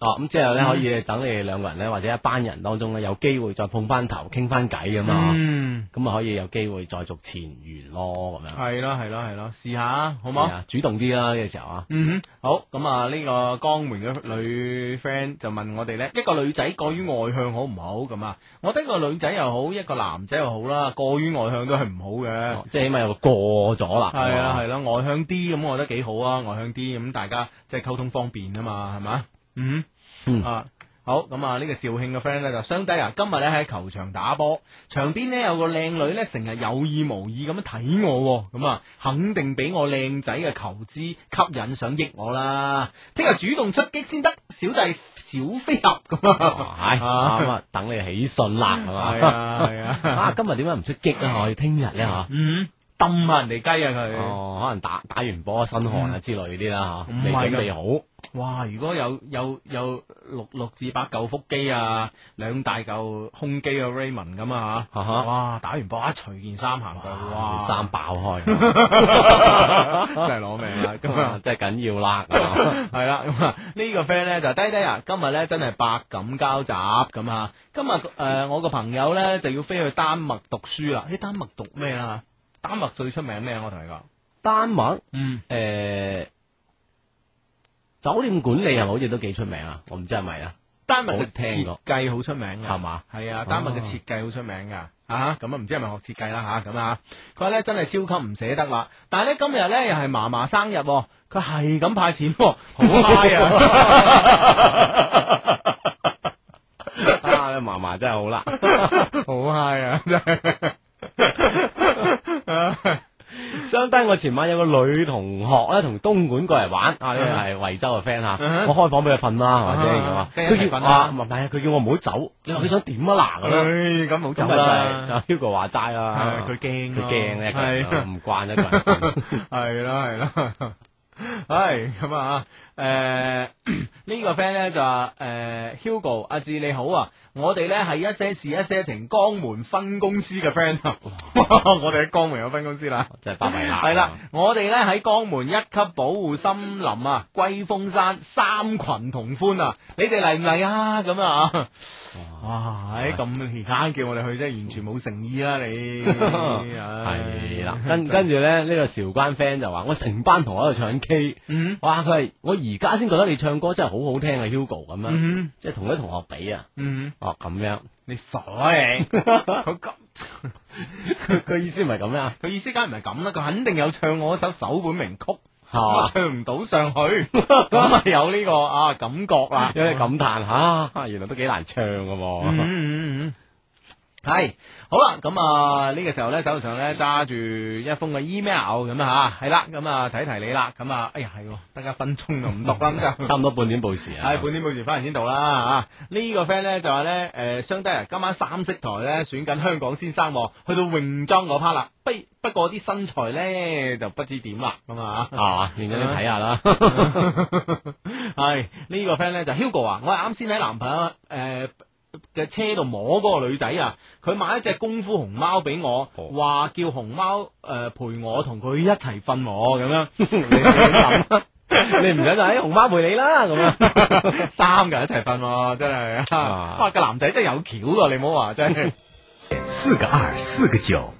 [SPEAKER 3] 哦，咁之
[SPEAKER 1] 嗯
[SPEAKER 3] 後咧可以等你哋兩個人咧，或者一班人當中咧有機會再碰翻頭傾翻偈咁啊，
[SPEAKER 1] 嗯，
[SPEAKER 3] 咁啊可以有機會再續前緣咯，咁樣
[SPEAKER 1] 係咯係咯係咯，試下啊好唔好
[SPEAKER 3] 係？啊主動啲啦嘅時候啊，
[SPEAKER 1] 嗯哼，好咁啊！呢個江門嘅女 friend 就問我哋呢，一個女仔過於外向好唔好咁啊？我覺得一個女仔又好，一個男仔又好啦，過於外向都係唔好嘅。
[SPEAKER 3] 哦即係起碼有個過咗啦，
[SPEAKER 1] 係啊，係啦，外向啲咁，我覺得幾好啊，外向啲咁，大家即係溝通方便啊嘛，係嘛？嗯，
[SPEAKER 3] 嗯
[SPEAKER 1] 啊。好咁啊！呢、個肇慶嘅 friend 咧就相低啊，今日咧喺球場打波，場邊咧有個靚女咧成日有意無意咁樣睇我喎，咁啊肯定俾我靚仔嘅球姿吸引想益我啦。聽日主動出擊先得，小弟小飛俠咁啊！
[SPEAKER 3] 哦係啱啊，等你起
[SPEAKER 1] [laughs]
[SPEAKER 3] 信啦，係
[SPEAKER 1] 係
[SPEAKER 3] 嘛？
[SPEAKER 1] 啊係啊，
[SPEAKER 3] 啊，今日點解唔出擊咧？我哋聽日咧嚇，
[SPEAKER 1] [laughs] 嗯，揼下人哋雞啊佢。
[SPEAKER 3] 哦，可能打打完波身汗啊之類啲啦嚇，
[SPEAKER 1] 嗯唔
[SPEAKER 3] 未
[SPEAKER 1] 係
[SPEAKER 3] 準
[SPEAKER 1] 㗎
[SPEAKER 3] 備好。
[SPEAKER 1] 哇！如果有有有六六至八嚿腹肌啊，兩大嚿胸肌啊 Raymond 咁啊
[SPEAKER 3] 啊
[SPEAKER 1] 吓，
[SPEAKER 3] 哈
[SPEAKER 1] 哇！打完波一除件衫行過去，哇！[laughs]
[SPEAKER 3] 件衫爆開，
[SPEAKER 1] 真係攞命啦！咁
[SPEAKER 3] 咁
[SPEAKER 1] 啊
[SPEAKER 3] 啊，真係緊要啦。啊
[SPEAKER 1] [laughs] 係啦，咁啊呢個 friend 咧就低低啊，今日咧真係百感交集咁啊！今日誒、呃我個朋友咧就要飛去丹麥讀書啦，喺丹麥讀咩啊？丹麥最出名咩啊？我同你講，
[SPEAKER 3] 丹麥
[SPEAKER 1] 嗯，
[SPEAKER 3] 誒酒店管理係咪好似都幾出名啊？我唔知係咪啊？
[SPEAKER 1] 丹麥
[SPEAKER 3] 我
[SPEAKER 1] 嘅
[SPEAKER 3] 聽
[SPEAKER 1] 設
[SPEAKER 3] 過
[SPEAKER 1] 計好出名㗎
[SPEAKER 3] 係嘛？
[SPEAKER 1] 系啊，丹麥嘅設計好出名噶，啊咁啊唔知係咪學設計啦吓，咁啊，佢話咧真係超級唔捨得啦，但係咧今日咧又係嫲嫲生日喎，佢係咁派錢喎，好 [laughs] high 啊！
[SPEAKER 3] [laughs]
[SPEAKER 1] 哎
[SPEAKER 3] 啊，你嫲嫲真係好啦。
[SPEAKER 1] 好 high 啊，真係。
[SPEAKER 3] 相低我前晚有個女同學咧，同東莞過嚟玩，啊呢個係惠州嘅 friend 吓
[SPEAKER 1] 嗯，
[SPEAKER 3] 我開房俾佢瞓啦，係咪先咁啊？
[SPEAKER 1] 梗係一齊瞓
[SPEAKER 3] 佢叫
[SPEAKER 1] 啦嗯
[SPEAKER 3] 啊，唔係啊，佢叫我唔好走，你話佢想點啊嗱咁樣，
[SPEAKER 1] 唉，咁冇
[SPEAKER 3] 咁
[SPEAKER 1] 走
[SPEAKER 3] 咪
[SPEAKER 1] 啦啊
[SPEAKER 3] 就。係就 Hugo 話齋啦，
[SPEAKER 1] 嗯係佢驚
[SPEAKER 3] 佢
[SPEAKER 1] 咯
[SPEAKER 3] 驚咧，佢
[SPEAKER 1] 係啊
[SPEAKER 3] 唔慣一個人瞓。
[SPEAKER 1] 系啦系啦，系咁啊！诶、呢、個个 friend 咧就話诶、Hugo 阿志你好啊，我哋咧係一些事一些情江門分公司嘅 friend 啊， [laughs] 我哋喺江門有分公司 [laughs] 啦。
[SPEAKER 3] 真係巴閉啦。
[SPEAKER 1] 係啦，我哋咧喺江門一級保護森林啊，龜峰山三群同歡啊，你哋嚟唔嚟啊？咁啊，哇！唉咁而家叫我哋去真係完全冇誠意啦，啊你 [laughs]
[SPEAKER 3] 係
[SPEAKER 1] 係
[SPEAKER 3] 啦，跟跟住咧，呢個韶關 friend 就話：我成班同學喺度唱 K，
[SPEAKER 1] 嗯。
[SPEAKER 3] 哇！佢係我而家先覺得你唱歌真係好好聽啊，Hugo 咁樣，
[SPEAKER 1] 嗯
[SPEAKER 3] 即係同啲同學比啊，
[SPEAKER 1] 嗯，
[SPEAKER 3] 哦咁樣，
[SPEAKER 1] 你傻啊你！ [laughs] 佢咁
[SPEAKER 3] 佢佢意思唔係咁啊
[SPEAKER 1] [laughs]
[SPEAKER 3] 樣，
[SPEAKER 1] 佢意思梗係唔係咁啦，佢肯定有唱我首首本名曲，
[SPEAKER 3] 係嘛
[SPEAKER 1] 我？唱唔到上去，咁咪有呢個啊感覺 [laughs] 啦。
[SPEAKER 3] 有啲感嘆吓，原來都幾難唱噶喎。
[SPEAKER 1] 嗯嗯嗯系好啦，咁啊呢個時候咧手上咧揸住一封嘅 email 咁啊吓，係啦，咁啊睇提你啦，咁啊哎呀係喎，得一分鐘就唔讀啦，咁就。
[SPEAKER 3] 差唔多半點報時啊
[SPEAKER 1] 係！半點半完翻嚟先到啦嚇，呢、個 friend 咧就話咧誒，相低啊，今晚三色台咧選緊香港先生喎，去到泳裝嗰 part 啦，不不過啲身材咧就不知點啦咁啊。
[SPEAKER 3] 啊，認真啲睇
[SPEAKER 1] [laughs]
[SPEAKER 3] 下啦。
[SPEAKER 1] 係呢、個 friend 咧就 Hugo 啊，我係啱先喺男朋友誒。呃嘅車度摸嗰個女仔啊，佢買一隻功夫熊貓俾我，
[SPEAKER 3] 哦
[SPEAKER 1] 話叫熊貓誒、呃陪我同佢一齊瞓喎咁
[SPEAKER 3] [laughs]
[SPEAKER 1] 樣。啊
[SPEAKER 3] 你唔想就喺紅包陪你啦，咁樣
[SPEAKER 1] [laughs] 三個人一齊瞓喎，真係啊！
[SPEAKER 3] 啊
[SPEAKER 1] 哇，個男仔真係有橋喎，你唔好話真係。
[SPEAKER 3] 四個二，四個九。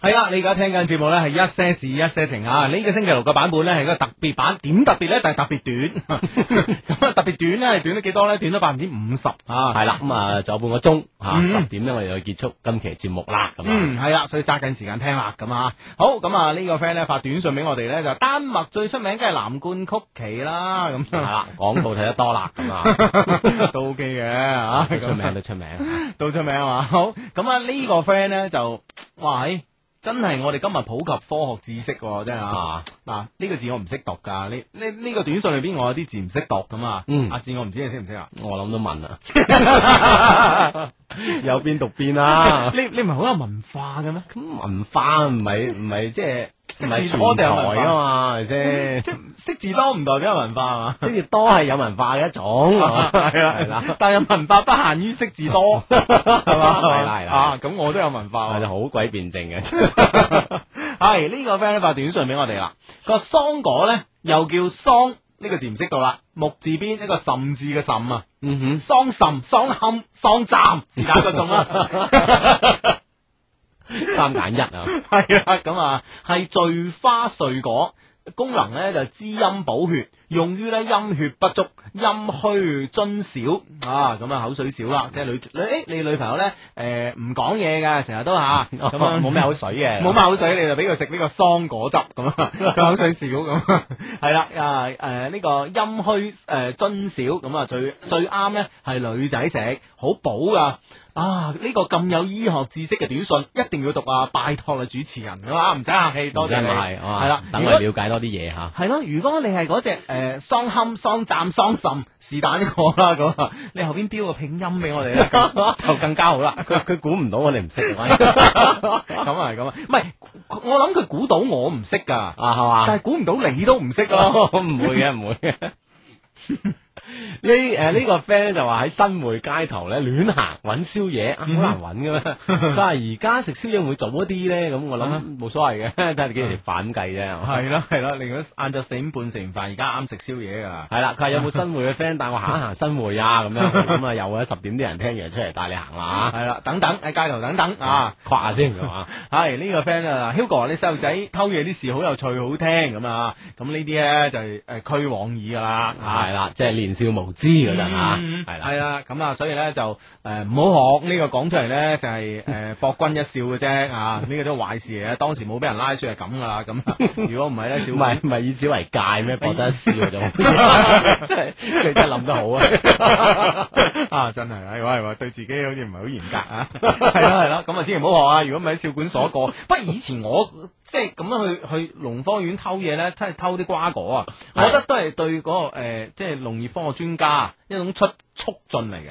[SPEAKER 1] 係啦，啊你而家聽緊節目呢係一些事一些情
[SPEAKER 3] 嗯
[SPEAKER 1] 啊！呢、個星期六嘅版本呢係一個特別版，點特別呢？就係、特別短，
[SPEAKER 3] [laughs]
[SPEAKER 1] 咁啊特別短呢係短咗幾多呢？短咗百分之五十啊！
[SPEAKER 3] 係啦，咁啊，仲有半個鐘吓，
[SPEAKER 1] 嗯
[SPEAKER 3] 十點咧，我哋就結束今期節目啦，咁啊。
[SPEAKER 1] 嗯，系啦，所以揸緊時間聽啦，咁啊，好，咁啊呢個 friend 咧發短信俾我哋咧，就丹麥最出名梗係藍罐曲奇啦，咁啊
[SPEAKER 3] [laughs] 係啦，廣告睇得多啦，咁啊，
[SPEAKER 1] [laughs] 都 OK 嘅啊，
[SPEAKER 3] 都出名都出名，
[SPEAKER 1] 到出名啊嘛，好，咁啊呢個 friend 咧就，哇，嘿真係我哋今日普及科學知識喎，真係啊！
[SPEAKER 3] 啊，
[SPEAKER 1] 嗱，呢個字我唔識讀㗎，呢呢呢個短信裏邊我有啲字唔識讀㗎嘛。
[SPEAKER 3] 嗯
[SPEAKER 1] 阿志我唔知你識唔識啊？
[SPEAKER 3] 我諗都問啦，
[SPEAKER 1] [laughs]
[SPEAKER 3] 有邊讀邊啊啦。
[SPEAKER 1] 你你唔係好有文化嘅咩？
[SPEAKER 3] 咁文化唔係唔係即係
[SPEAKER 1] 識
[SPEAKER 3] 唔係
[SPEAKER 1] 字多
[SPEAKER 3] 全
[SPEAKER 1] 定有文化
[SPEAKER 3] 才啊嘛，係咪先？
[SPEAKER 1] 即係識字多唔代表有文化啊嘛。
[SPEAKER 3] 識字多係有文化嘅一種，係啊嘛
[SPEAKER 1] 係啦，
[SPEAKER 3] 係啦，
[SPEAKER 1] 但係文化不限於識字多，
[SPEAKER 3] [laughs]
[SPEAKER 1] 係嘛？
[SPEAKER 3] 係啦係啦
[SPEAKER 1] 啊，咁我都有文化
[SPEAKER 3] 係
[SPEAKER 1] 喎。
[SPEAKER 3] 就好鬼辯證嘅。 [laughs]
[SPEAKER 1] 係呢個 friend 發短信俾我哋啦，個桑果咧又叫桑，呢個字唔識讀啦，木字邊一個甚字嘅甚啊。
[SPEAKER 3] 嗯哼，
[SPEAKER 1] 桑葚、桑冚、桑站，是但個種
[SPEAKER 3] [laughs]
[SPEAKER 1] 啦。
[SPEAKER 3] 三揀一啊，
[SPEAKER 1] 系啦，咁啊，系聚花萃果，功能咧就滋陰補血，用於咧陰血不足、陰虛津少啊，咁啊口水少啦，即係女女誒你女朋友咧誒唔講嘢嘅，成日都吓咁啊樣
[SPEAKER 3] 啊哦冇咩口水嘅，
[SPEAKER 1] 冇乜口水，你就俾佢食呢個桑果汁咁 [laughs] 啊，佢口水少咁，係啦啊誒呢個陰虛誒津少咁啊，最最啱咧係女仔食，好補噶啊！呢、個咁有醫學知識嘅短信一定要讀啊！拜託啦，主持人啊，唔使客氣，啊多謝
[SPEAKER 3] 真
[SPEAKER 1] 你，
[SPEAKER 3] 係哇
[SPEAKER 1] 係啦，
[SPEAKER 3] 等
[SPEAKER 1] 如
[SPEAKER 3] 我
[SPEAKER 1] 果
[SPEAKER 3] 了解多啲嘢吓。
[SPEAKER 1] 係咯，如果你係嗰只誒桑堪、桑站、桑葚，是但一個啦咁啊，你後邊標個拼音俾我哋啦，咁就更加好啦。
[SPEAKER 3] 佢佢估唔到我哋唔識嘅 [laughs] 話
[SPEAKER 1] 咁啊，咁啊，唔係我諗佢估到我唔識㗎。
[SPEAKER 3] 啊，係嘛？
[SPEAKER 1] 但系估唔到你都唔識咯。
[SPEAKER 3] [laughs] 哦，唔會嘅，唔會嘅。呢誒呢個 friend 咧就話喺新會街頭咧亂行揾宵夜，啊好難揾嘅咩？佢話而家食宵夜會唔會早一啲咧，咁我諗冇所謂嘅， [laughs] 睇下你幾時反計啫。
[SPEAKER 1] 係啦係啦，你如果晏晝四點半食完飯，而家啱食宵夜啊㗎啦。
[SPEAKER 3] 係啦，佢話有冇新會嘅 friend 帶我行一行新會啊？咁樣咁啊有啊，十點啲人聽完出嚟帶你行啦啊
[SPEAKER 1] 係啦，等等喺街頭等等
[SPEAKER 3] 嚇
[SPEAKER 1] 啊！，
[SPEAKER 3] 誇下先係嘛？
[SPEAKER 1] 係呢個 friend 啊，Hugo 你細路仔偷嘢啲事好有趣好聽咁啊，咁呢啲咧就係誒驅往耳㗎啦。
[SPEAKER 3] 係啦，即係年少少無知嗰陣啊，
[SPEAKER 1] 嗯
[SPEAKER 3] 係
[SPEAKER 1] 係
[SPEAKER 3] 啦，
[SPEAKER 1] 啦，咁啊，所以咧就誒唔好學呢個講出嚟咧，就係誒博君一笑嘅啫啊！呢個都係壞事嚟嘅，當時冇俾人拉出係咁噶啦，咁啊 [laughs] 如果唔係咧，小
[SPEAKER 3] 唔係唔係以此為戒咩？博得一笑就，
[SPEAKER 1] [laughs]
[SPEAKER 3] 真係你真係諗得好啊！
[SPEAKER 1] [laughs] 啊，真係，唉，喂喂，對自己好似唔係好嚴格啊， [laughs] 係咯係咯，咁啊，千祈唔好學啊！如果唔係喺少管所過， [laughs] 不過以前我即係咁樣去去農科院偷嘢咧，真係偷啲瓜果啊！我覺得都係對嗰個誒即係農業科學專家一種促促進嚟嘅，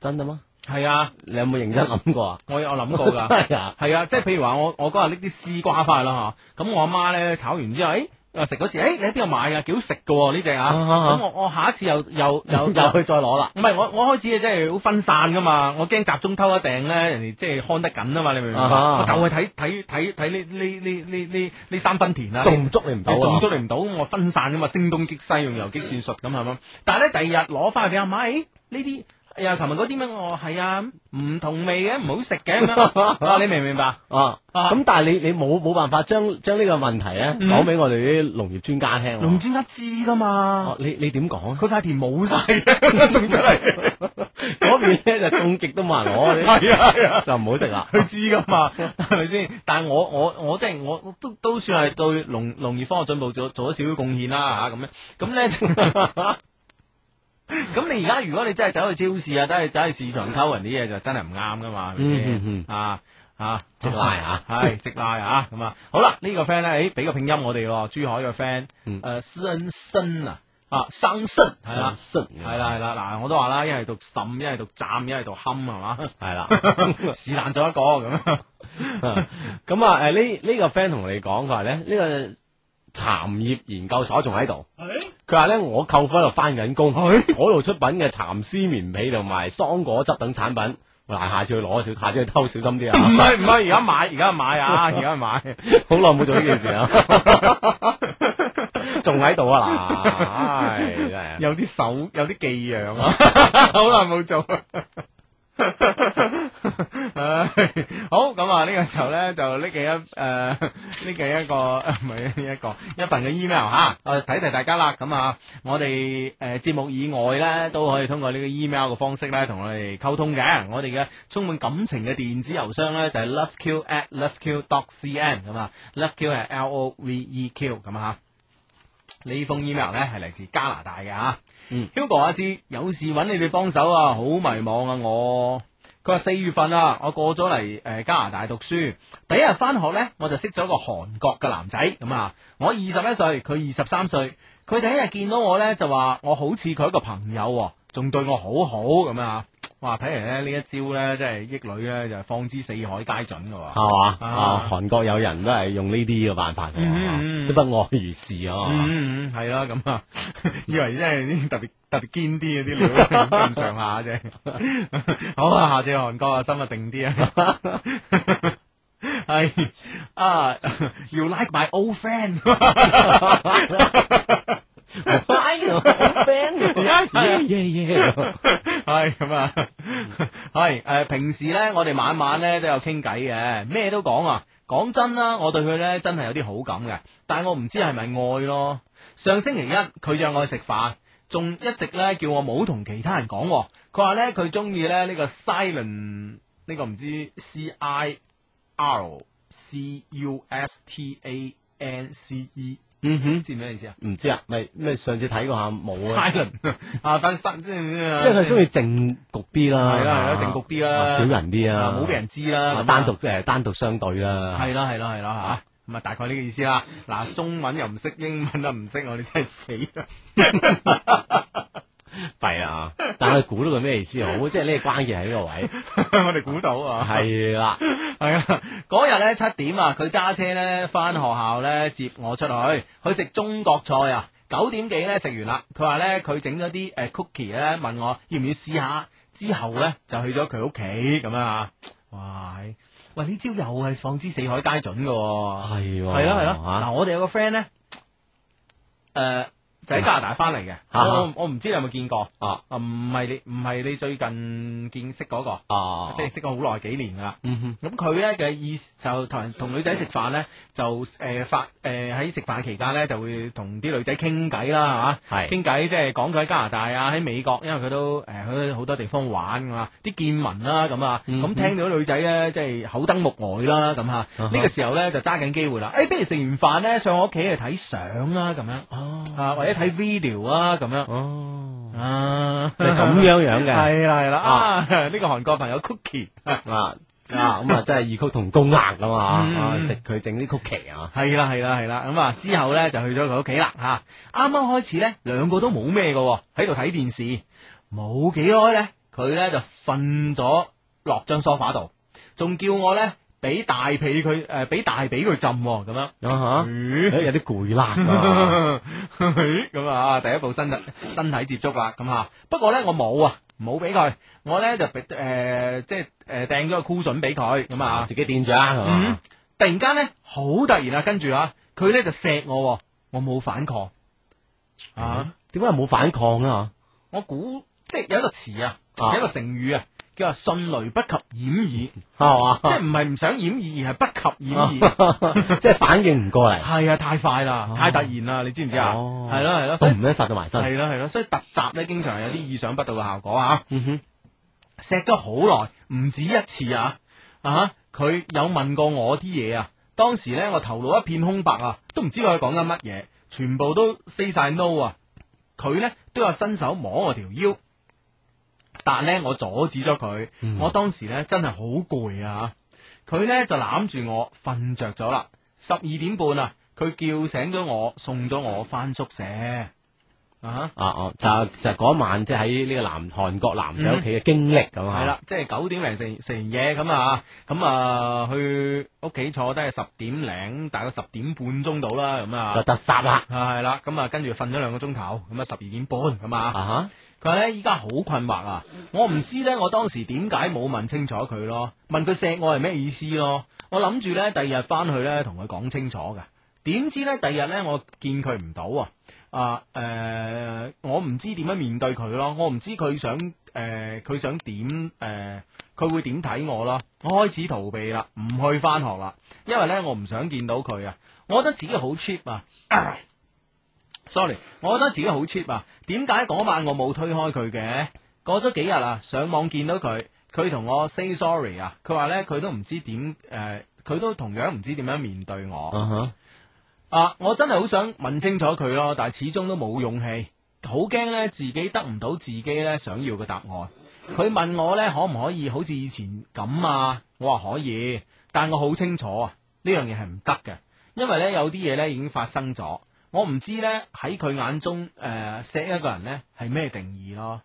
[SPEAKER 3] 真嘅嗎？
[SPEAKER 1] 係啊，
[SPEAKER 3] 你有冇認真諗過啊？
[SPEAKER 1] 我有諗過
[SPEAKER 3] 真
[SPEAKER 1] 㗎。
[SPEAKER 3] 係啊！
[SPEAKER 1] 系啊，即係譬如話我我嗰日拎啲絲瓜翻去啦吓，咁我阿媽咧炒完之後，诶、我食嗰時，诶、你喺邊度買啊？幾好食噶喎呢只啊！
[SPEAKER 3] 啊啊啊
[SPEAKER 1] 咁我我下一次又又
[SPEAKER 3] [laughs] 又
[SPEAKER 1] 又
[SPEAKER 3] 又
[SPEAKER 1] 又。
[SPEAKER 3] 去再攞啦，
[SPEAKER 1] 唔係我我開始即係好分散噶嘛，我驚集中偷一訂咧，人哋即係看得緊啊嘛，你明唔明
[SPEAKER 3] 啊啊
[SPEAKER 1] 白？我就係睇睇睇睇呢呢呢呢呢呢三分田啦，
[SPEAKER 3] 仲唔捉你唔到
[SPEAKER 1] 你仲
[SPEAKER 3] 啊？
[SPEAKER 1] 捉你唔到，咁我分散噶嘛，聲東擊西，用游擊戰術咁係咪？但係咧，第二日攞翻去俾阿媽，誒呢啲哎呀，琴日嗰啲咩？我話係啊，唔同味嘅，唔好食嘅咁
[SPEAKER 3] [laughs]
[SPEAKER 1] 樣。啊，你明唔明白？
[SPEAKER 3] 啊！
[SPEAKER 1] 啊
[SPEAKER 3] 咁但係你你冇冇辦法將將呢個問題咧
[SPEAKER 1] 嗯
[SPEAKER 3] 講俾我哋啲農業專家聽喎？
[SPEAKER 1] 農專家知噶呃嘛
[SPEAKER 3] 哦，？你你點講啊？
[SPEAKER 1] 佢塊田冇晒嘅， [laughs] 種出
[SPEAKER 3] [laughs]
[SPEAKER 1] 嚟。
[SPEAKER 3] 嗰邊咧就種極都冇人攞，
[SPEAKER 1] 係啊係啊，
[SPEAKER 3] 就唔好食啦。
[SPEAKER 1] 佢知噶嘛？係咪先？但係我我我即係我都都算係對農農業科學進步做做咗少少貢獻啦嚇咁樣。咁咧就
[SPEAKER 3] [laughs]
[SPEAKER 1] [laughs] 咁你而家如果你真係走去超市啊，走去走去市場溝人啲嘢就真係唔啱噶嘛，係咪
[SPEAKER 3] 嗯嗯
[SPEAKER 1] 先？啊啊，
[SPEAKER 3] 直拉啊
[SPEAKER 1] [laughs] 係直拉啊，咁啊，好啦，呢個 friend 咧，誒俾個拼音我哋喎，珠海個 friend，
[SPEAKER 3] 嗯
[SPEAKER 1] 誒施恩生啊，啊生生係啦。
[SPEAKER 3] 塞
[SPEAKER 1] 系啦系啦，嗱我都話啦，一係讀滲，一係讀斬，一係讀冚，係嘛？
[SPEAKER 3] 系啦，
[SPEAKER 1] [laughs] 是但咗一個咁。
[SPEAKER 3] 咁啊诶呢呢個 friend 同你講，佢話咧呢個蠶業研究所仲喺度。佢話咧，我舅父喺度翻緊工，嗰度出品嘅蠶絲棉被同埋桑果汁等產品。嗱，下次去攞小，下次去偷小心啲
[SPEAKER 1] [laughs] 唔
[SPEAKER 3] 啊！
[SPEAKER 1] 係唔係，而家買，而家買啊， [laughs] 而家買。
[SPEAKER 3] 好耐冇做呢件
[SPEAKER 1] [laughs]
[SPEAKER 3] 事啊，仲喺度啊嗱，
[SPEAKER 1] [laughs]
[SPEAKER 3] 唉真係啊
[SPEAKER 1] 有啲手有啲寄養啊，好耐冇做。唉好咁啊！呢個時候咧就拎起一誒拎起一個 [laughs] 呃唔係一個一份嘅 email 嚇，我睇提大家啦。咁啊，我哋誒節目以外咧都可以通過呢個 email 嘅方式咧同我哋溝通嘅。我哋嘅充滿感情嘅電子郵箱咧就係 loveq at loveq dot cn 咁啊，loveq 係 L O V E Q 咁啊。呢封 email 咧係嚟自加拿大嘅吓、
[SPEAKER 3] 嗯
[SPEAKER 1] h u g o 阿志有事揾你哋幫手啊，好迷茫啊我。佢話四月份啊，我過咗嚟誒加拿大讀書，第一日翻學呢，我就識咗個韓國嘅男仔咁啊，我二十一歲，佢二十三歲，佢第一日見到我呢，就話我好似佢一個朋友、喎，仲對我好好咁啊，哇！睇嚟咧呢一招呢，真係益女呢，就係放之四海皆準嘅喎、
[SPEAKER 3] 係嘛
[SPEAKER 1] 啊
[SPEAKER 3] 啊！韓國有人都係用呢啲嘅辦法嘅
[SPEAKER 1] 嗯嗯嗯
[SPEAKER 3] 喎，都不外如是啊！
[SPEAKER 1] 嗯，嗯嗯，係啦，咁啊，以為真係啲特別特別堅啲嗰啲料咁上下啫。 [laughs] 好啊，下次去韓國啊，心啊定啲啊。 [laughs] 係啊，You like my old friend？ [laughs]
[SPEAKER 3] 哎呀，好哎 friend 啊
[SPEAKER 1] [laughs]
[SPEAKER 3] 耶耶耶！
[SPEAKER 1] 係咁啊， [laughs] 係誒，平時咧，我哋晚晚咧都有傾偈嘅，咩都講啊。講真啦，我對佢咧真係有啲好感嘅，但我唔知係咪愛咯。上星期一佢約我去食飯，仲一直咧叫我冇同其他人講喎。佢話咧佢中意咧呢個 silent 呢個唔知 C I R C U S T A N C E，
[SPEAKER 3] 嗯哼。
[SPEAKER 1] 知唔知咩意思啊
[SPEAKER 3] 唔知啊，咪咪上次睇過下冇啊，
[SPEAKER 1] ？silent 啊，但 si- 即
[SPEAKER 3] 即
[SPEAKER 1] 係
[SPEAKER 3] 係佢中意靜局啲啦，啊
[SPEAKER 1] 係啦係啦，靜局啲啦，
[SPEAKER 3] 少人啲
[SPEAKER 1] 啊
[SPEAKER 3] 啊，
[SPEAKER 1] 冇俾人知啦，咁
[SPEAKER 3] 啊
[SPEAKER 1] 啊
[SPEAKER 3] 單獨即係單獨相對啦，
[SPEAKER 1] 係啦係啦係啦吓，咁啊大概呢個意思啦。嗱，中文又唔識，英文又唔識，我哋真係死啦。 [laughs]
[SPEAKER 3] 弊啦啊！但係估到佢咩意思
[SPEAKER 1] [laughs]
[SPEAKER 3] 好，即係呢個關鍵喺呢個位，
[SPEAKER 1] 我哋估到啊
[SPEAKER 3] 係啦，
[SPEAKER 1] [laughs] 係啊，嗰日咧七點啊，佢揸車咧翻學校咧接我出去，去食中國菜啊。九點幾咧食完啦，佢話咧佢整咗啲誒 cookie 咧，問我要唔要試下。之後咧就去咗佢屋企咁樣啊。哇！喂，呢招又係放之四海皆準嘅喎、
[SPEAKER 3] 係
[SPEAKER 1] 係
[SPEAKER 3] 喎，
[SPEAKER 1] 咯係咯，
[SPEAKER 3] 啊
[SPEAKER 1] 嗱我哋有個 friend 咧，誒、就喺加拿大翻嚟嘅。
[SPEAKER 3] 啊
[SPEAKER 1] 我我我唔知你有冇見過
[SPEAKER 3] 啊
[SPEAKER 1] 啊？唔係你唔係你最近見識嗰個，
[SPEAKER 3] 啊，
[SPEAKER 1] 即係識咗好耐幾年噶啦。
[SPEAKER 3] 嗯哼，
[SPEAKER 1] 咁佢咧嘅意思就同人同女仔食飯咧，就誒發誒喺食飯期間咧，就會同啲女仔傾偈啦，係嘛？
[SPEAKER 3] 係
[SPEAKER 1] 傾偈即係講佢喺加拿大啊，喺美國，因為佢都誒去好多地方玩㗎嘛，啲見聞啦咁啊，
[SPEAKER 3] 嗯
[SPEAKER 1] 咁聽到啲女仔咧即係口瞪目呆啦咁啊，
[SPEAKER 3] 哈
[SPEAKER 1] 呢個時候咧就揸緊機會啦，誒不如食完飯咧上我屋企去睇相啦咁樣，
[SPEAKER 3] 哦
[SPEAKER 1] 啊或者睇 video 啊咁樣，
[SPEAKER 3] 哦，
[SPEAKER 1] 啊
[SPEAKER 3] 即係咁樣樣嘅
[SPEAKER 1] 係啦係啦，啊呢個韓國朋友 Cookie。
[SPEAKER 3] 啊啊，咁啊真係異曲同工額噶嘛，
[SPEAKER 1] 嗯
[SPEAKER 3] 啊食佢整啲曲奇啊，
[SPEAKER 1] 系啦系啦系啦，咁啊之後呢，就去咗佢屋企啦吓，啱啱開始呢，兩個都冇咩嘅喎，喺度睇電視，冇幾耐呢，佢呢就瞓咗落張梳化度，仲叫我呢俾大髀佢誒俾大髀佢浸喎咁樣，
[SPEAKER 3] 啊哈，
[SPEAKER 1] 咦
[SPEAKER 3] 有啲攰啦啊，
[SPEAKER 1] [laughs] 咁啊，第一步身體身體接觸啦，咁啊，不過咧我冇啊，冇俾佢，我咧就俾誒、呃即係誒掟咗個箍筍俾佢，咁啊，
[SPEAKER 3] 自己墊住啦，係
[SPEAKER 1] 嗯
[SPEAKER 3] 嘛，，
[SPEAKER 1] 突然間咧好突然啊，跟住啊，佢咧就錫我喎，我冇反抗啊，
[SPEAKER 3] 點解冇反抗啊？
[SPEAKER 1] 我估即係有一個詞啊，
[SPEAKER 3] 啊
[SPEAKER 1] 有一個成語啊。叫話迅雷不及掩耳，即
[SPEAKER 3] 係嘛，
[SPEAKER 1] 係唔係唔想掩耳，而係不及掩耳。
[SPEAKER 3] 啊即係反應唔過嚟，
[SPEAKER 1] 係啊，太快啦
[SPEAKER 3] 哦，
[SPEAKER 1] 太突然啦，你知唔知啊？
[SPEAKER 3] 哦
[SPEAKER 1] 係咯係咯，所以
[SPEAKER 3] 唔一殺到埋身，
[SPEAKER 1] 係咯係咯，所以特集咧經常有啲意想不到嘅效果啊！
[SPEAKER 3] 嗯哼，
[SPEAKER 1] 錫咗好耐，唔止一次啊！啊，佢有問過我啲嘢啊，當時咧我頭腦一片空白啊，都唔知佢講緊乜嘢，全部都 say 晒 no 啊！佢咧都有伸手摸我條腰，但咧我阻止咗佢，
[SPEAKER 3] 嗯
[SPEAKER 1] 我當時咧真係好攰啊！佢咧就攬住我瞓着咗啦，十二點半啊，佢叫醒咗我，送咗我翻宿舍啊！
[SPEAKER 3] 啊哦，就就嗰晚即係喺呢個南韓國男仔屋企嘅經歷咁啊，
[SPEAKER 1] 系嗯啦，即系九點零食完食完嘢咁啊，咁啊去屋企坐低係十點零，大概十點半鐘到啦，咁
[SPEAKER 3] 就
[SPEAKER 1] 啊
[SPEAKER 3] 特襲啦，
[SPEAKER 1] 係啦，咁啊跟住瞓咗兩個鐘頭，咁啊十二點半咁
[SPEAKER 3] 啊
[SPEAKER 1] 啊，
[SPEAKER 3] 哈，
[SPEAKER 1] 佢話咧依家好困惑啊，我唔知咧我當時點解冇問清楚佢咯，問佢錫我係咩意思咯，我諗住咧第二日翻去咧同佢講清楚噶，點知咧第二日咧我見佢唔到啊。啊誒、呃我唔知點樣面對佢咯，我唔知佢想誒佢、想點誒，呃佢、會點睇我咯。我開始逃避啦，唔去翻學啦，因為咧我唔想見到佢啊。我覺得自己好 cheap 啊，sorry，我覺得自己好 cheap 啊。點解嗰晚我冇推開佢嘅？過咗幾日啊，上網見到佢，佢同我 say sorry 啊，佢話咧佢都唔知點誒，呃佢、都同樣唔知點樣面對我。
[SPEAKER 3] 啊哈，
[SPEAKER 1] 啊！我真係好想問清楚佢咯，但係始終都冇勇氣，好驚呢自己得唔到自己呢想要嘅答案。佢問我呢可唔可以好似以前咁啊？我話可以，但我好清楚啊，呢樣嘢係唔得嘅，因為呢有啲嘢呢已經發生咗。我唔知呢喺佢眼中誒錫、一個人呢係咩定義咯。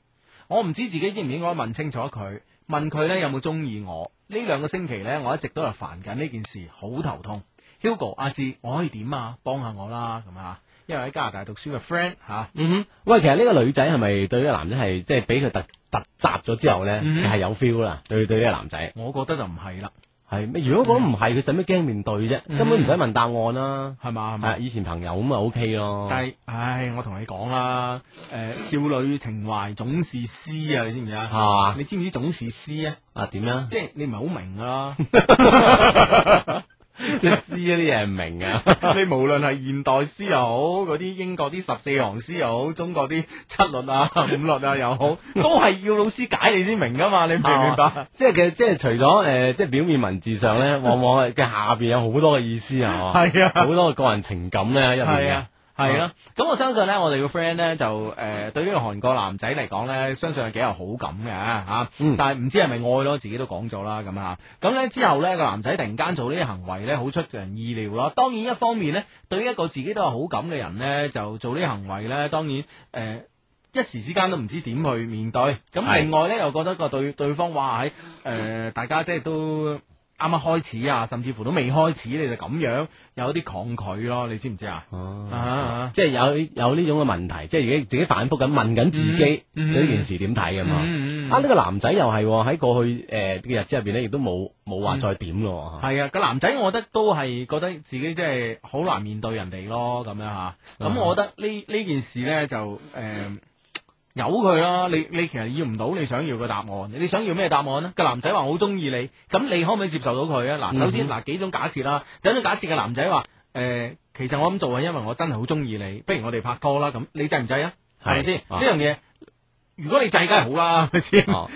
[SPEAKER 1] 我唔知自己應唔應該問清楚佢，問佢呢有冇中意我。呢兩個星期呢，我一直都係煩緊呢件事，好頭痛。Hugo 阿志，我可以點啊？幫下我啦，咁啊，因為喺加拿大讀書嘅 friend 吓、
[SPEAKER 3] 嗯哼，喂，其實呢個女仔係咪對呢個男仔係即係俾佢特特襲咗之後咧，
[SPEAKER 1] 嗯
[SPEAKER 3] 係有 feel 啦？對對呢個男仔
[SPEAKER 1] 我覺得就唔係啦，
[SPEAKER 3] 係咩？如果講唔係，佢使乜驚面對啫？
[SPEAKER 1] 嗯
[SPEAKER 3] 根本唔使問答案啦。
[SPEAKER 1] 係嘛係
[SPEAKER 3] 啊，
[SPEAKER 1] 嘛。
[SPEAKER 3] 以前朋友咁啊 OK
[SPEAKER 1] 嗯
[SPEAKER 3] 咯。
[SPEAKER 1] 但係，唉，我同你講啦，誒、少女情懷總是詩啊，你知唔知啊？
[SPEAKER 3] 係嘛
[SPEAKER 1] 你知唔知總是詩啊？
[SPEAKER 3] 啊點樣？
[SPEAKER 1] 即係你唔係好明㗎啦。
[SPEAKER 3] 即係詩嗰啲嘢唔明 [laughs] 啊。
[SPEAKER 1] [laughs] 你無論係現代詩又好，嗰啲英國啲十四行詩又好，中國啲七律啊、 [laughs] 五律啊又好，都係要老師解你先明噶嘛， [laughs] 你明唔明白？
[SPEAKER 3] 即係嘅，即係除咗诶、呃即係表面文字上咧，往往嘅下边有好多嘅意思啊，係嘛
[SPEAKER 1] 係啊
[SPEAKER 3] 好多嘅個人情感咧喺入
[SPEAKER 1] 係
[SPEAKER 3] 面嘅
[SPEAKER 1] 啊。。係啊，
[SPEAKER 3] 嗯
[SPEAKER 1] 咁我相信咧，我哋個 friend 咧就誒、呃、對呢個韓國男仔嚟講咧，相信係幾有好感嘅嚇、啊
[SPEAKER 3] 嗯
[SPEAKER 1] 但係唔知係咪愛咯，自己都講咗啦咁啊。咁咧之後咧個男仔突然間做呢啲行為咧，好出人意料咯。當然一方面咧， [laughs] 對於一個自己都有好感嘅人咧，就做呢啲行為咧，當然誒。呃一時之間都唔知點去面對，咁
[SPEAKER 3] 係
[SPEAKER 1] 哎另外咧又覺得個對對方哇喺誒、呃大家即係都啱啱開始啊，甚至乎都未開始，你就咁樣有啲抗拒咯，你知唔知啊？
[SPEAKER 3] 哦
[SPEAKER 1] 啊啊
[SPEAKER 3] 即係有有呢種嘅問題，即係自己自己反覆咁問緊自己
[SPEAKER 1] 嗯嗯
[SPEAKER 3] 對呢件事點睇咁嘛。
[SPEAKER 1] 嗯嗯嗯
[SPEAKER 3] 啊，呢個男仔又係喎喺過去誒嘅日子入邊咧，亦都冇冇
[SPEAKER 1] 嗯
[SPEAKER 3] 話再點咯喎。
[SPEAKER 1] 係啊，個男仔我覺得都係覺得自己真係好難面對人哋咯，咁樣吓。
[SPEAKER 3] 嗯
[SPEAKER 1] 咁我覺得呢呢件事呢，就誒、由佢啦。你你其實要唔到你想要嘅答案，你想要咩答案呢？個男仔話好中意你，咁你可唔可以接受到佢啊？嗱，首先
[SPEAKER 3] 嗯
[SPEAKER 1] 嗱、幾種假設啦。第一種假設嘅男仔話誒，其實我咁做係因為我真係好中意你，不如我哋拍拖啦。咁你制唔制啊？係咪先？
[SPEAKER 3] 啊
[SPEAKER 1] 呢樣嘢如果你制梗係好啦，係咪先？
[SPEAKER 3] 哦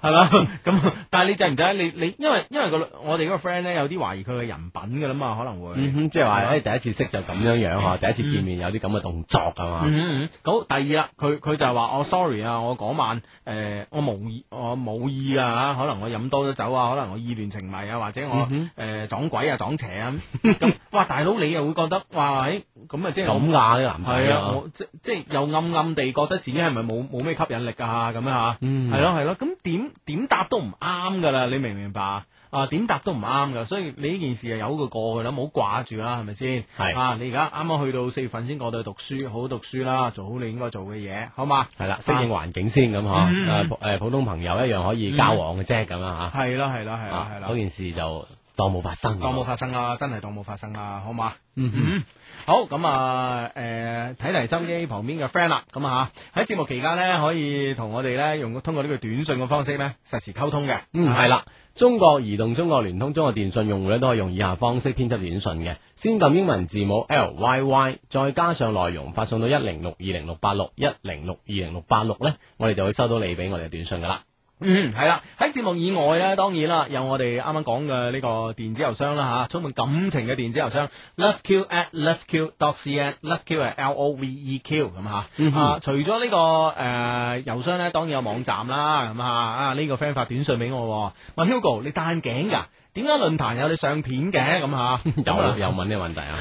[SPEAKER 1] 係啦， [laughs] 咁但係你制唔制啊？你你因為因為個我哋嗰個 friend 咧有啲懷疑佢嘅人品噶啦嘛，可能會。
[SPEAKER 3] 嗯 [laughs] 哼，即係話誒第一次識就咁樣樣啊嗬，第一次見面有啲咁嘅動作係嘛。
[SPEAKER 1] 嗯嗯嗯好，第二啦，佢佢就係話我 sorry 啊，我嗰晚誒、呃我無意我冇意啊，可能我飲多咗酒啊，可能我意亂情迷啊，或者我誒、
[SPEAKER 3] 嗯
[SPEAKER 1] 呃撞鬼啊撞邪啊咁咁， [laughs] 哇大佬你又會覺得哇誒咁啊即係我
[SPEAKER 3] 咁啊，啲男仔
[SPEAKER 1] 係啊，我即即係又暗暗地覺得自己係咪冇冇咩吸引力啊咁樣吓，
[SPEAKER 3] 嗯
[SPEAKER 1] 係咯係咯，咁點點答都唔啱噶啦，你明唔明白啊？啊，點答都唔啱噶，所以你呢件事就由佢過去啦，唔好掛住啦，係咪先？
[SPEAKER 3] 係
[SPEAKER 1] 啊，你而家啱啱去到四月份先過到去讀書，好好讀書啦，做好你應該做嘅嘢，好嘛？
[SPEAKER 3] 係啦，適應環境先咁嗬。
[SPEAKER 1] 啊
[SPEAKER 3] 啊
[SPEAKER 1] 嗯
[SPEAKER 3] 誒普誒普通朋友一樣可以交往嘅啫咁樣嚇。
[SPEAKER 1] 係啦係啦係啦
[SPEAKER 3] 啊
[SPEAKER 1] 嗯係啦
[SPEAKER 3] 嗰。件事就當冇發生。
[SPEAKER 1] 當冇發生啦，真係當冇發生啦，好嘛？嗯好咁啊，誒睇嚟收機旁邊嘅 friend 啦，咁啊嚇喺節目期間呢，可以同我哋呢，用通過呢個短信嘅方式呢，實時溝通嘅。
[SPEAKER 3] 嗯，係啦。中國移動、中國聯通、中國電信用戶咧都可以用以下方式編輯短信嘅，先撳英文字母 L Y Y，再加上內容發送到一零六二零六八六一零六二零六八六咧，我哋就會收到你俾我哋嘅短信噶啦。
[SPEAKER 1] 嗯，係啦，喺節目以外呢，當然啦，有我哋啱啱講嘅呢個電子郵箱啦吓，充滿感情嘅電子郵箱 loveq at loveq dot cn，loveq 係 L O V E Q 咁吓。
[SPEAKER 3] 嗯哼
[SPEAKER 1] 啊，除咗呢個誒郵箱呢，當然有網站啦，咁啊啊呢個 friend 發短信俾我喎，問 Hugo 你戴眼鏡㗎？點解論壇有你相片嘅咁吓？
[SPEAKER 3] [laughs] 有有問呢個問題啊？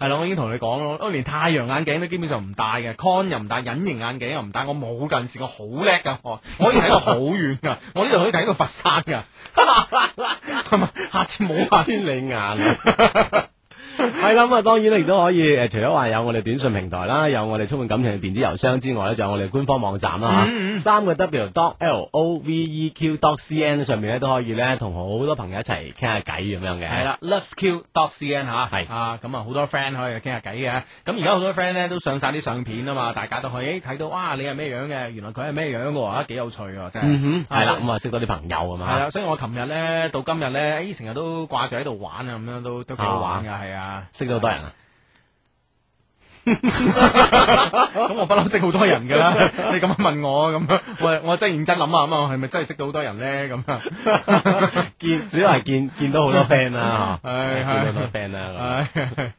[SPEAKER 1] 係啦，我已經同你講咯，我連太陽眼鏡都基本上唔戴嘅，con 又唔戴，隱形眼鏡又唔戴，我冇近視，我好叻噶，我我可以睇到好遠噶，我呢度可以睇到佛山噶， [laughs] 係咪？下次冇啊，
[SPEAKER 3] 千里眼啊！ [laughs] 系啦，咁啊，當然咧，亦都可以誒，除咗話有我哋短信平台啦，有我哋充滿感情嘅電子郵箱之外咧，仲有我哋官方網站啦嚇，三個 W dot L O V E Q dot C N 上面咧都可以咧同好多朋友一齊傾下偈咁樣嘅。
[SPEAKER 1] 係，啦，loveq.cn 吓，
[SPEAKER 3] 係
[SPEAKER 1] 啊，咁啊好多 friend 可以傾下偈嘅。咁而家好多 friend 咧都上晒啲相片啊嘛，大家都可以睇到，哇，你係咩樣嘅？原來佢係咩樣嘅喎，啊幾有趣喎，真係。
[SPEAKER 3] 嗯哼，係啦
[SPEAKER 1] 啊，
[SPEAKER 3] 咁啊，識多啲朋友咁
[SPEAKER 1] 係
[SPEAKER 3] 啊
[SPEAKER 1] 啦，所以我琴日咧到今日咧，誒成日都掛住喺度玩啊，咁樣都都幾好玩㗎，係啊。
[SPEAKER 3] 嚇，識到好多人啊，
[SPEAKER 1] [laughs] 咁我不嬲識好多人噶啦， [laughs] 你咁樣問我咁，我我真係認真諗下咁啊，係咪真係識到好多人咧？咁啊，
[SPEAKER 3] 見主要係見見到好多 friend 啦，
[SPEAKER 1] [laughs]
[SPEAKER 3] 嚇
[SPEAKER 1] 係
[SPEAKER 3] 見到好多 friend 啊啦。
[SPEAKER 1] 係係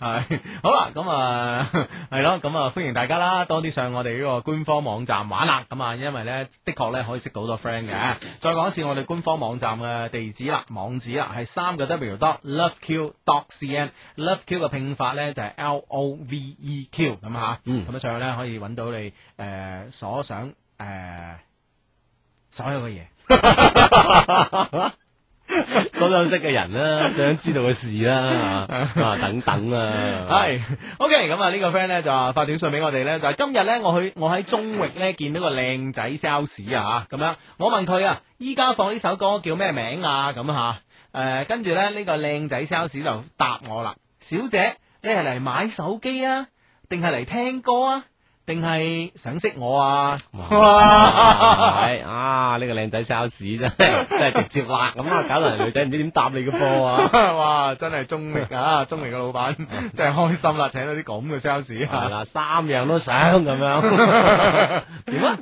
[SPEAKER 1] 哎好啦，咁啊 [laughs] 係咯，咁啊歡迎大家啦，多啲上我哋呢個官方網站玩啦，咁啊，因為咧的確咧可以識到好多 friend 嘅。再講一次我哋官方網站嘅地址啦，網址啦係三個 W dot loveq dot cn，loveq 嘅拼法咧就係 L O V E Q 咁吓，
[SPEAKER 3] 嗯
[SPEAKER 1] 咁樣啊上去咧可以揾到你誒、呃所想誒、呃所有嘅嘢。
[SPEAKER 3] 所想識嘅人 [laughs] 啦，想知道嘅事啦，啊等等啦，
[SPEAKER 1] 系，OK，咁啊呢個 friend 咧就話發短信俾我哋咧，就係今日咧我去我喺中域咧見到個靚仔 sales 啊咁樣，我問佢啊，依家放呢首歌叫咩名啊咁吓，誒跟住咧呢個靚仔 sales 就答我啦，小姐你係嚟買手機啊，定係嚟聽歌啊，定係想識我啊？
[SPEAKER 3] 係啊！呢個靚仔 sales 真係真係直接辣咁啊，搞到人女仔唔知點答你嘅波啊！
[SPEAKER 1] 哇！真係中域啊，中域嘅老闆真係開心啦，請到啲咁嘅 sales 啊
[SPEAKER 3] 係啦，三樣都想咁
[SPEAKER 1] [laughs]
[SPEAKER 3] 樣，點啊？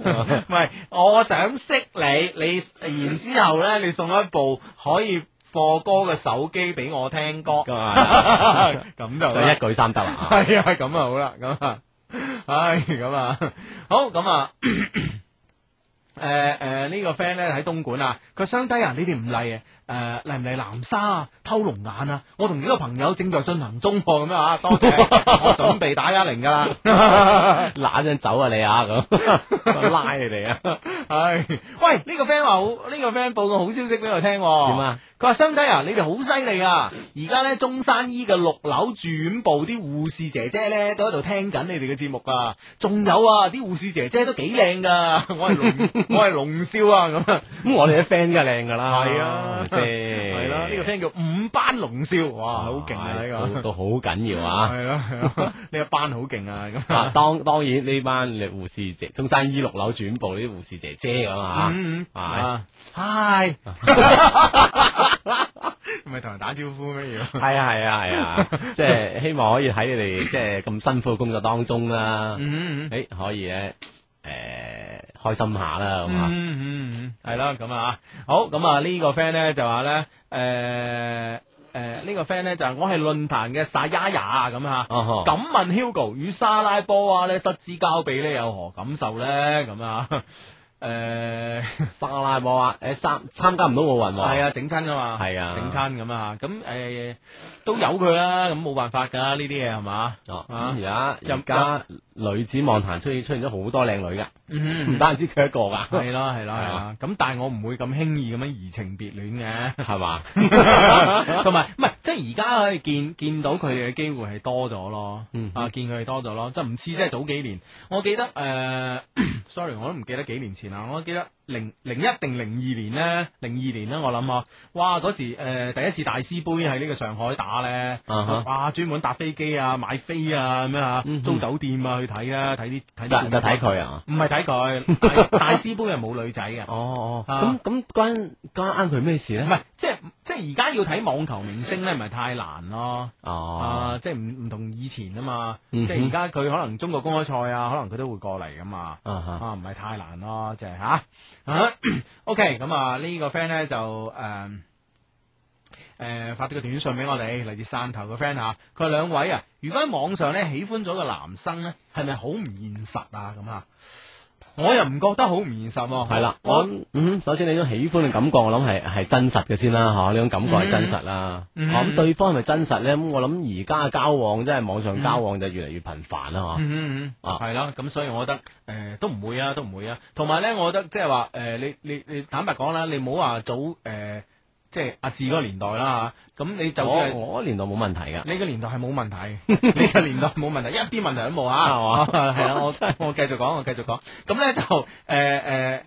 [SPEAKER 1] 唔係，我想識你，你然之後咧，你送一部可以播歌嘅手機俾我聽歌，
[SPEAKER 3] 咁啊，
[SPEAKER 1] [laughs] 咁就
[SPEAKER 3] 就一
[SPEAKER 1] 啦
[SPEAKER 3] 舉三得啦！
[SPEAKER 1] 係啊，咁啊好啦，咁啊，唉，咁啊，好咁啊。 [coughs] 誒誒，呢個 friend 咧喺東莞啊，佢話相低啊，你哋唔嚟啊，诶嚟唔嚟南沙啊，偷龍眼啊，我同幾個朋友正在進行中喎咁樣啊，多謝，
[SPEAKER 3] [laughs]
[SPEAKER 1] 我準備打一零噶啦。
[SPEAKER 3] 嗱一陣走啊你
[SPEAKER 1] [laughs]
[SPEAKER 3] 啊咁，拉你哋啊，
[SPEAKER 1] 唉，喂，呢、個 friend 話好，呢、個 friend 報個好消息俾我聽喎。
[SPEAKER 3] 點啊？
[SPEAKER 1] 佢話雙低啊，你哋好犀利啊！而家咧中山醫嘅六樓住院部啲護士姐姐咧都喺度聽緊你哋嘅節目啊！仲有啊，啲護士姐姐都幾靚噶， [laughs] 我係
[SPEAKER 3] [laughs]
[SPEAKER 1] 龍，我係龍少啊咁啊！
[SPEAKER 3] 咁我哋啲 friend 梗係靚噶啦，
[SPEAKER 1] 係啊
[SPEAKER 3] 係咪先
[SPEAKER 1] 係啦，呢個 friend 叫五班龍少，哇，好勁啊
[SPEAKER 3] 唉
[SPEAKER 1] 呢
[SPEAKER 3] 都
[SPEAKER 1] 個！
[SPEAKER 3] 都好緊要啊！
[SPEAKER 1] 係啦，係
[SPEAKER 3] [laughs]
[SPEAKER 1] 啦呢個班好勁啊咁
[SPEAKER 3] 啊
[SPEAKER 1] 啊！，
[SPEAKER 3] 當當然呢班護士姐，中山醫六樓轉部呢啲護士姐姐咁啊，
[SPEAKER 1] 嗯嗯
[SPEAKER 3] 係
[SPEAKER 1] 啊，hi，唔係同人打招呼咩要？
[SPEAKER 3] 係啊係啊
[SPEAKER 1] [laughs]
[SPEAKER 3] 係啊，即係希望可以喺你哋即係咁辛苦嘅工作當中啦，
[SPEAKER 1] 嗯嗯
[SPEAKER 3] 誒可以咧誒開心下啦咁啊，
[SPEAKER 1] 嗯嗯，系啦，咁啊，好，咁啊呢個 friend 咧就話咧，诶诶呢個 friend 咧就話我係論壇嘅撒丫丫咁啊。
[SPEAKER 3] 哦呵
[SPEAKER 1] 敢問 Hugo 與沙拉波娃咧失之交臂咧有何感受咧？咁啊， [laughs] 诶、
[SPEAKER 3] 沙拉波
[SPEAKER 1] [laughs]
[SPEAKER 3] 啊，誒參參加唔到奧運喎，
[SPEAKER 1] 係啊，整親啊嘛，
[SPEAKER 3] 哦係啊
[SPEAKER 1] 整親咁啊，咁诶、誒都有佢啦，咁冇辦法㗎呢啲嘢係嘛，
[SPEAKER 3] 哦，
[SPEAKER 1] 啊
[SPEAKER 3] 咁而家
[SPEAKER 1] 任
[SPEAKER 3] 而家女子網壇出現出現咗好多靚女噶，唔
[SPEAKER 1] 嗯，
[SPEAKER 3] 單止佢一個噶，
[SPEAKER 1] [laughs] 係啦係啦係啦，咁但係我唔會咁輕易咁樣移情別戀嘅。
[SPEAKER 3] 係嘛？
[SPEAKER 1] 同埋唔係，即係而家可以見見到佢哋嘅機會係多咗咯，
[SPEAKER 3] 嗯
[SPEAKER 1] 啊見佢哋多咗咯，即係唔似即係早幾年，我記得誒、呃 [coughs] sorry 我都唔記得幾年前啊啦，我記得零零一定零二年咧，零二年啦，我諗啊，哇嗰時、呃、第一次大師杯喺呢個上海打咧
[SPEAKER 3] 啊哈
[SPEAKER 1] 哇專門搭飛機啊、買飛啊咁樣啊
[SPEAKER 3] 嗯哼，
[SPEAKER 1] 租酒店啊去睇啦，睇啲睇
[SPEAKER 3] 就
[SPEAKER 1] 啲
[SPEAKER 3] 就睇，佢啊。
[SPEAKER 1] 唔係睇佢，
[SPEAKER 3] [laughs]
[SPEAKER 1] 大大師杯係冇女仔嘅。
[SPEAKER 3] 哦哦，
[SPEAKER 1] 啊
[SPEAKER 3] 咁咁關關啱佢咩事咧？
[SPEAKER 1] 唔係，即係即係而家要睇網球明星咧，唔係太難咯。
[SPEAKER 3] 哦，
[SPEAKER 1] 啊，即係唔唔同以前啊嘛，
[SPEAKER 3] 嗯哼
[SPEAKER 1] 即係而家佢可能中國公開賽啊，可能佢都會過嚟噶嘛。
[SPEAKER 3] 啊哈，
[SPEAKER 1] 啊，唔係太難咯，就係吓。啊 [coughs] OK，咁啊呢個 friend 咧就誒。誒、呃、發咗個短信俾我哋，嚟自汕頭嘅 friend 嚇，佢話兩位啊，如果喺網上咧喜歡咗個男生咧，係咪好唔現實啊？咁啊，我又唔覺得好唔現實喎、
[SPEAKER 3] 係啦，
[SPEAKER 1] 我
[SPEAKER 3] 我嗯，首先你種喜歡嘅感覺，我諗係係真實嘅先啦，吓呢種感覺係真實啦。
[SPEAKER 1] 嗯
[SPEAKER 3] 啊咁對方係咪真實咧？咁我諗而家嘅交往，即係網上交往就越嚟越頻繁啦，
[SPEAKER 1] 嗯嗯嗯，
[SPEAKER 3] 啊
[SPEAKER 1] 系啦，咁所以我覺得诶、呃都唔會啊，都唔會啊。同埋咧，我覺得即係話诶，你你你坦白講啦，你唔好話早诶、呃即係阿志嗰個年代啦吓，咁你
[SPEAKER 3] 吓。
[SPEAKER 1] 就算
[SPEAKER 3] 我
[SPEAKER 1] 係
[SPEAKER 3] 我年代冇問題噶，
[SPEAKER 1] 你個年代係冇問題， [laughs] 你個年代冇問題，一啲問題都冇啊，[laughs]
[SPEAKER 3] 係
[SPEAKER 1] 係嘛？系啦，我我繼續講，我繼續講。咁咧就诶诶。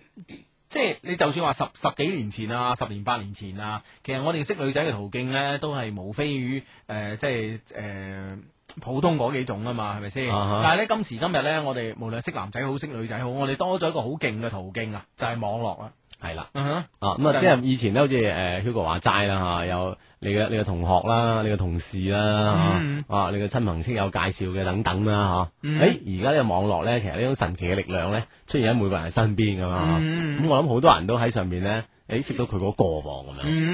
[SPEAKER 1] 即係你就算話十十幾年前啊，十年八年前啊，其實我哋識女仔嘅途徑咧，都係無非於誒、呃即係誒、呃普通嗰幾種啊嘛，係咪先
[SPEAKER 3] 啊哈
[SPEAKER 1] 但係咧今時今日咧，我哋無論識男仔好，識女仔好，我哋多咗一個好勁嘅途徑啊，就係、網絡啦。
[SPEAKER 3] 係啦。
[SPEAKER 1] 嗯哼
[SPEAKER 3] 啊，咁啊，
[SPEAKER 1] 真係
[SPEAKER 3] 即係以前咧，好似誒 Hugo 話齋啦嚇，有你嘅你嘅同學啦，你嘅同事啦
[SPEAKER 1] 嗯
[SPEAKER 3] 嚇，啊，你嘅親朋戚友介紹嘅等等啦嚇。
[SPEAKER 1] 嗯
[SPEAKER 3] 誒，而家呢個網絡咧，其實呢種神奇嘅力量咧，出現喺每個人身邊噶嘛。
[SPEAKER 1] 嗯
[SPEAKER 3] 咁我諗好多人都喺上面咧，誒識到佢嗰個喎咁樣。
[SPEAKER 1] 嗯嗯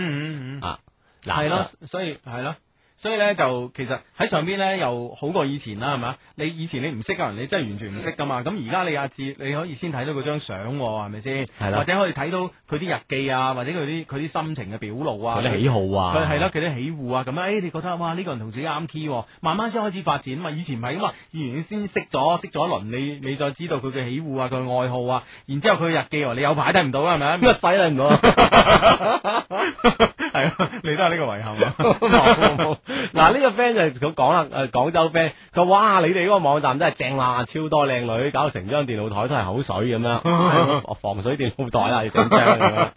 [SPEAKER 1] 嗯嗯
[SPEAKER 3] 啊，嗱
[SPEAKER 1] 係咯，，所以係咯。所以咧就其實喺上邊咧又好過以前啦，係嘛？你以前你唔識嘅人，你真係完全唔識噶嘛。咁而家你阿志，你可以先睇到佢張相喎，係咪先？
[SPEAKER 3] 係啦
[SPEAKER 1] 或者可以睇到佢啲日記啊，或者佢啲佢啲心情嘅表露啊，
[SPEAKER 3] 佢啲喜好啊，
[SPEAKER 1] 佢係咯，佢啲起户啊，咁樣，誒、你覺得哇，呢、個人同自己啱 key，喎慢慢先開始發展嘛。以前唔係噶嘛，以前先識咗，識咗一輪，你你再知道佢嘅起户啊，佢嘅愛好啊，然之後佢嘅日記喎，你有排睇唔到啦，係咪啊？
[SPEAKER 3] 咁啊使啦唔到啊。
[SPEAKER 1] 係啊，你都係呢個遺憾啊。
[SPEAKER 3] 冇冇嗱呢個 friend 就佢講啦，誒廣州 friend，佢話哇你哋嗰個網站真係正啦，超多靚女，搞到成張電腦台都係口水咁 [laughs] 樣哎，我防水電腦袋啦，要整張咁樣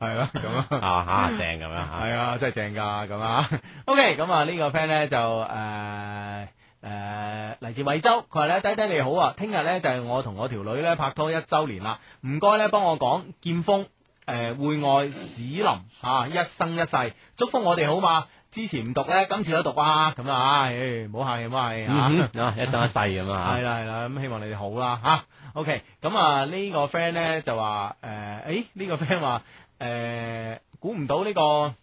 [SPEAKER 1] 係啦，咁啊。
[SPEAKER 3] 啊嚇正咁樣嚇，
[SPEAKER 1] 系啊，真系正噶咁啊。OK，咁啊呢個 friend 咧就诶诶嚟自惠州，佢話咧低低你好啊，聽日咧就係我同我條女咧拍拖一週年啦，唔該咧幫我講劍鋒诶會愛紫林啊，一生一世，祝福我哋好嘛？之前唔讀咧，今次都讀啊，咁啊，唉，唔好客氣，唔好客氣
[SPEAKER 3] [laughs]
[SPEAKER 1] 啊。 [laughs]
[SPEAKER 3] 嗯哼啊一生一世咁啊
[SPEAKER 1] 系啦系啦，咁希望你哋好啦吓、OK，咁啊呢個 friend 咧就話诶，诶、呢、個 friend 話诶，估唔到呢、個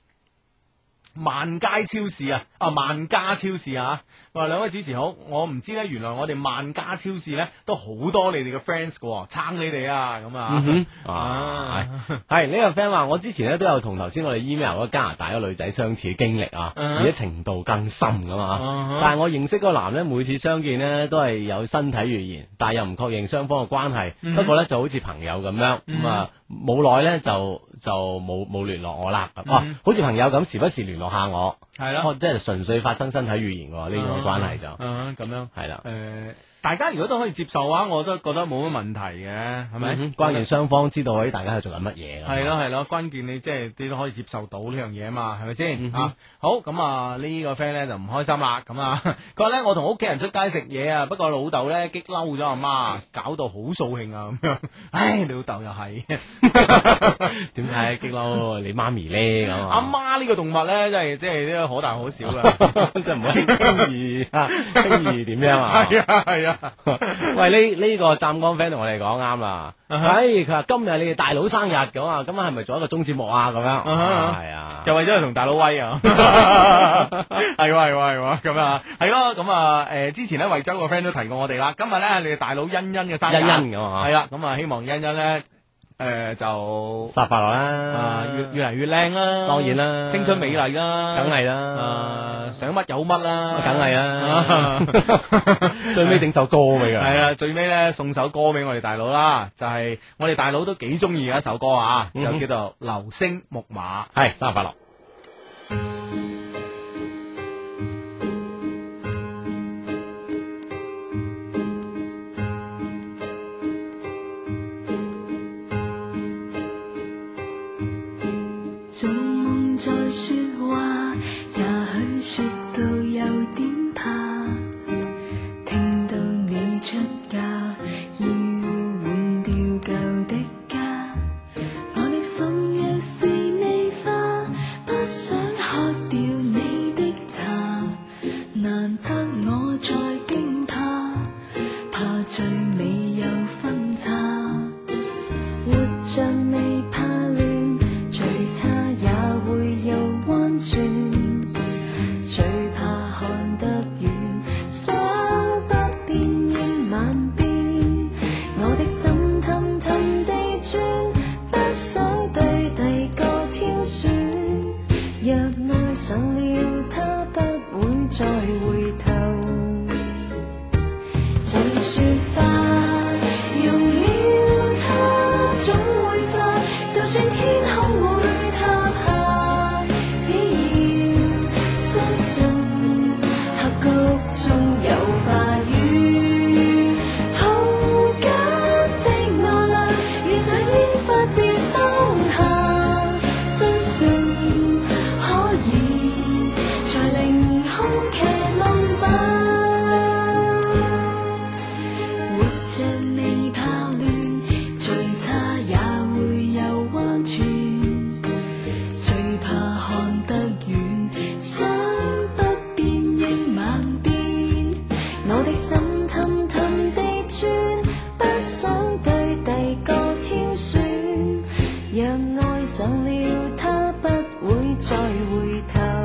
[SPEAKER 1] 萬佳超市啊，啊萬家超市啊，話兩位主持好，我唔知咧，原來我哋萬家超市咧都好多你哋嘅 friends 噶喎，撐你哋啊，咁啊，
[SPEAKER 3] 嗯哼，
[SPEAKER 1] 啊
[SPEAKER 3] 啊，係呢、個 friend 話，我之前咧都有同頭先我哋 email 嗰個加拿大嗰個女仔相似嘅經歷啊，
[SPEAKER 1] 嗯
[SPEAKER 3] 而且程度更深噶嘛。
[SPEAKER 1] 嗯哼
[SPEAKER 3] 但係我認識嗰個男咧，每次相見咧都係有身體語言，但係又唔確認雙方嘅關係。
[SPEAKER 1] 嗯
[SPEAKER 3] 不過咧就好似朋友咁樣，咁啊冇耐咧就就冇冇聯絡我啦。哇、
[SPEAKER 1] 嗯
[SPEAKER 3] 好似朋友咁，時不時聯絡下我。
[SPEAKER 1] 係啦
[SPEAKER 3] 哦，即係哦純粹發生身體語言喎，呢個關係就
[SPEAKER 1] 嗯咁樣。
[SPEAKER 3] 係啦。
[SPEAKER 1] 诶、大家如果都可以接受嘅話，我都覺得冇乜問題嘅，係咪？
[SPEAKER 3] 嗯哼關鍵雙方知道大家係做緊乜嘢㗎嘛
[SPEAKER 1] 係咯係咯，關鍵你即係你都可以接受到呢樣嘢啊嘛，係咪先
[SPEAKER 3] 嗯
[SPEAKER 1] 啊？好咁啊，呢個 friend 咧就唔開心啦，咁啊， [laughs] 佢話咧我同屋企人出街食嘢啊，不過老豆咧激嬲咗阿媽， [laughs] 搞到好掃興啊咁樣。 [laughs] 唉，你老豆又係
[SPEAKER 3] 點解激嬲你媽咪咧咁
[SPEAKER 1] 阿
[SPEAKER 3] [laughs] 啊？
[SPEAKER 1] 媽呢個動物咧，真係即係呢個可大啊可小 [laughs] 噶。
[SPEAKER 3] 即係唔可以輕易啊，輕易點樣
[SPEAKER 1] [laughs]
[SPEAKER 3] 啊？
[SPEAKER 1] 係啊 [laughs] 係啊，
[SPEAKER 3] 喂，呢呢個湛江 friend 同我哋講啱啦，
[SPEAKER 1] Uh-huh
[SPEAKER 3] 唉，佢話今日你哋大佬生日咁啊，今晚係咪做一個中節目啊？咁樣
[SPEAKER 1] 嗯哼
[SPEAKER 3] 係啊，
[SPEAKER 1] 就為咗同大佬威 [laughs] 啊，係喎係喎係喎，咁啊係咯，咁啊誒之前咧惠州個 friend 都提過我哋啦，今日咧你哋大佬欣欣嘅生日，
[SPEAKER 3] 欣欣咁啊
[SPEAKER 1] 係，啦，咁啊希望欣欣咧誒就
[SPEAKER 3] 殺快樂
[SPEAKER 1] 啊
[SPEAKER 3] 啦，
[SPEAKER 1] 越越嚟越靚啦，
[SPEAKER 3] 當然啦
[SPEAKER 1] 青春美麗啦，啊
[SPEAKER 3] 梗係啦，
[SPEAKER 1] 誒想乜有乜啦，
[SPEAKER 3] 梗係啦， [laughs]
[SPEAKER 1] [laughs]
[SPEAKER 3] 最尾整首歌俾佢，
[SPEAKER 1] 系啊，最尾咧送首歌俾我哋大佬啦，就係我哋大佬都幾中意嘅一首歌啊，就
[SPEAKER 3] 嗯哼
[SPEAKER 1] 叫做《流星木馬》。
[SPEAKER 3] 係生日快樂。
[SPEAKER 2] 做夢在說話，也許說到有點怕，聽到你出嫁，要換掉舊的家。我的心若是未化，不想喝掉你的茶，難得我在驚怕，怕最尾有分岔。活着未怕亂，最差也會有彎轉，最怕看得遠，想不變應萬變。我的心氹氹地轉，不想對第個挑選。若愛上了他，不會再回頭。誰説化用了它，總會化。就算天空無論塌下，只要相信，峽谷中有化雨。好簡的愛啦，遇上煙花節當下，相信可以在凌空騎夢吧。活着未怕亂，最差也會有彎轉，最怕看得遠，想不變應萬變。我的心氹氹地轉，不想對第個挑選，若愛上了他，不會再回頭。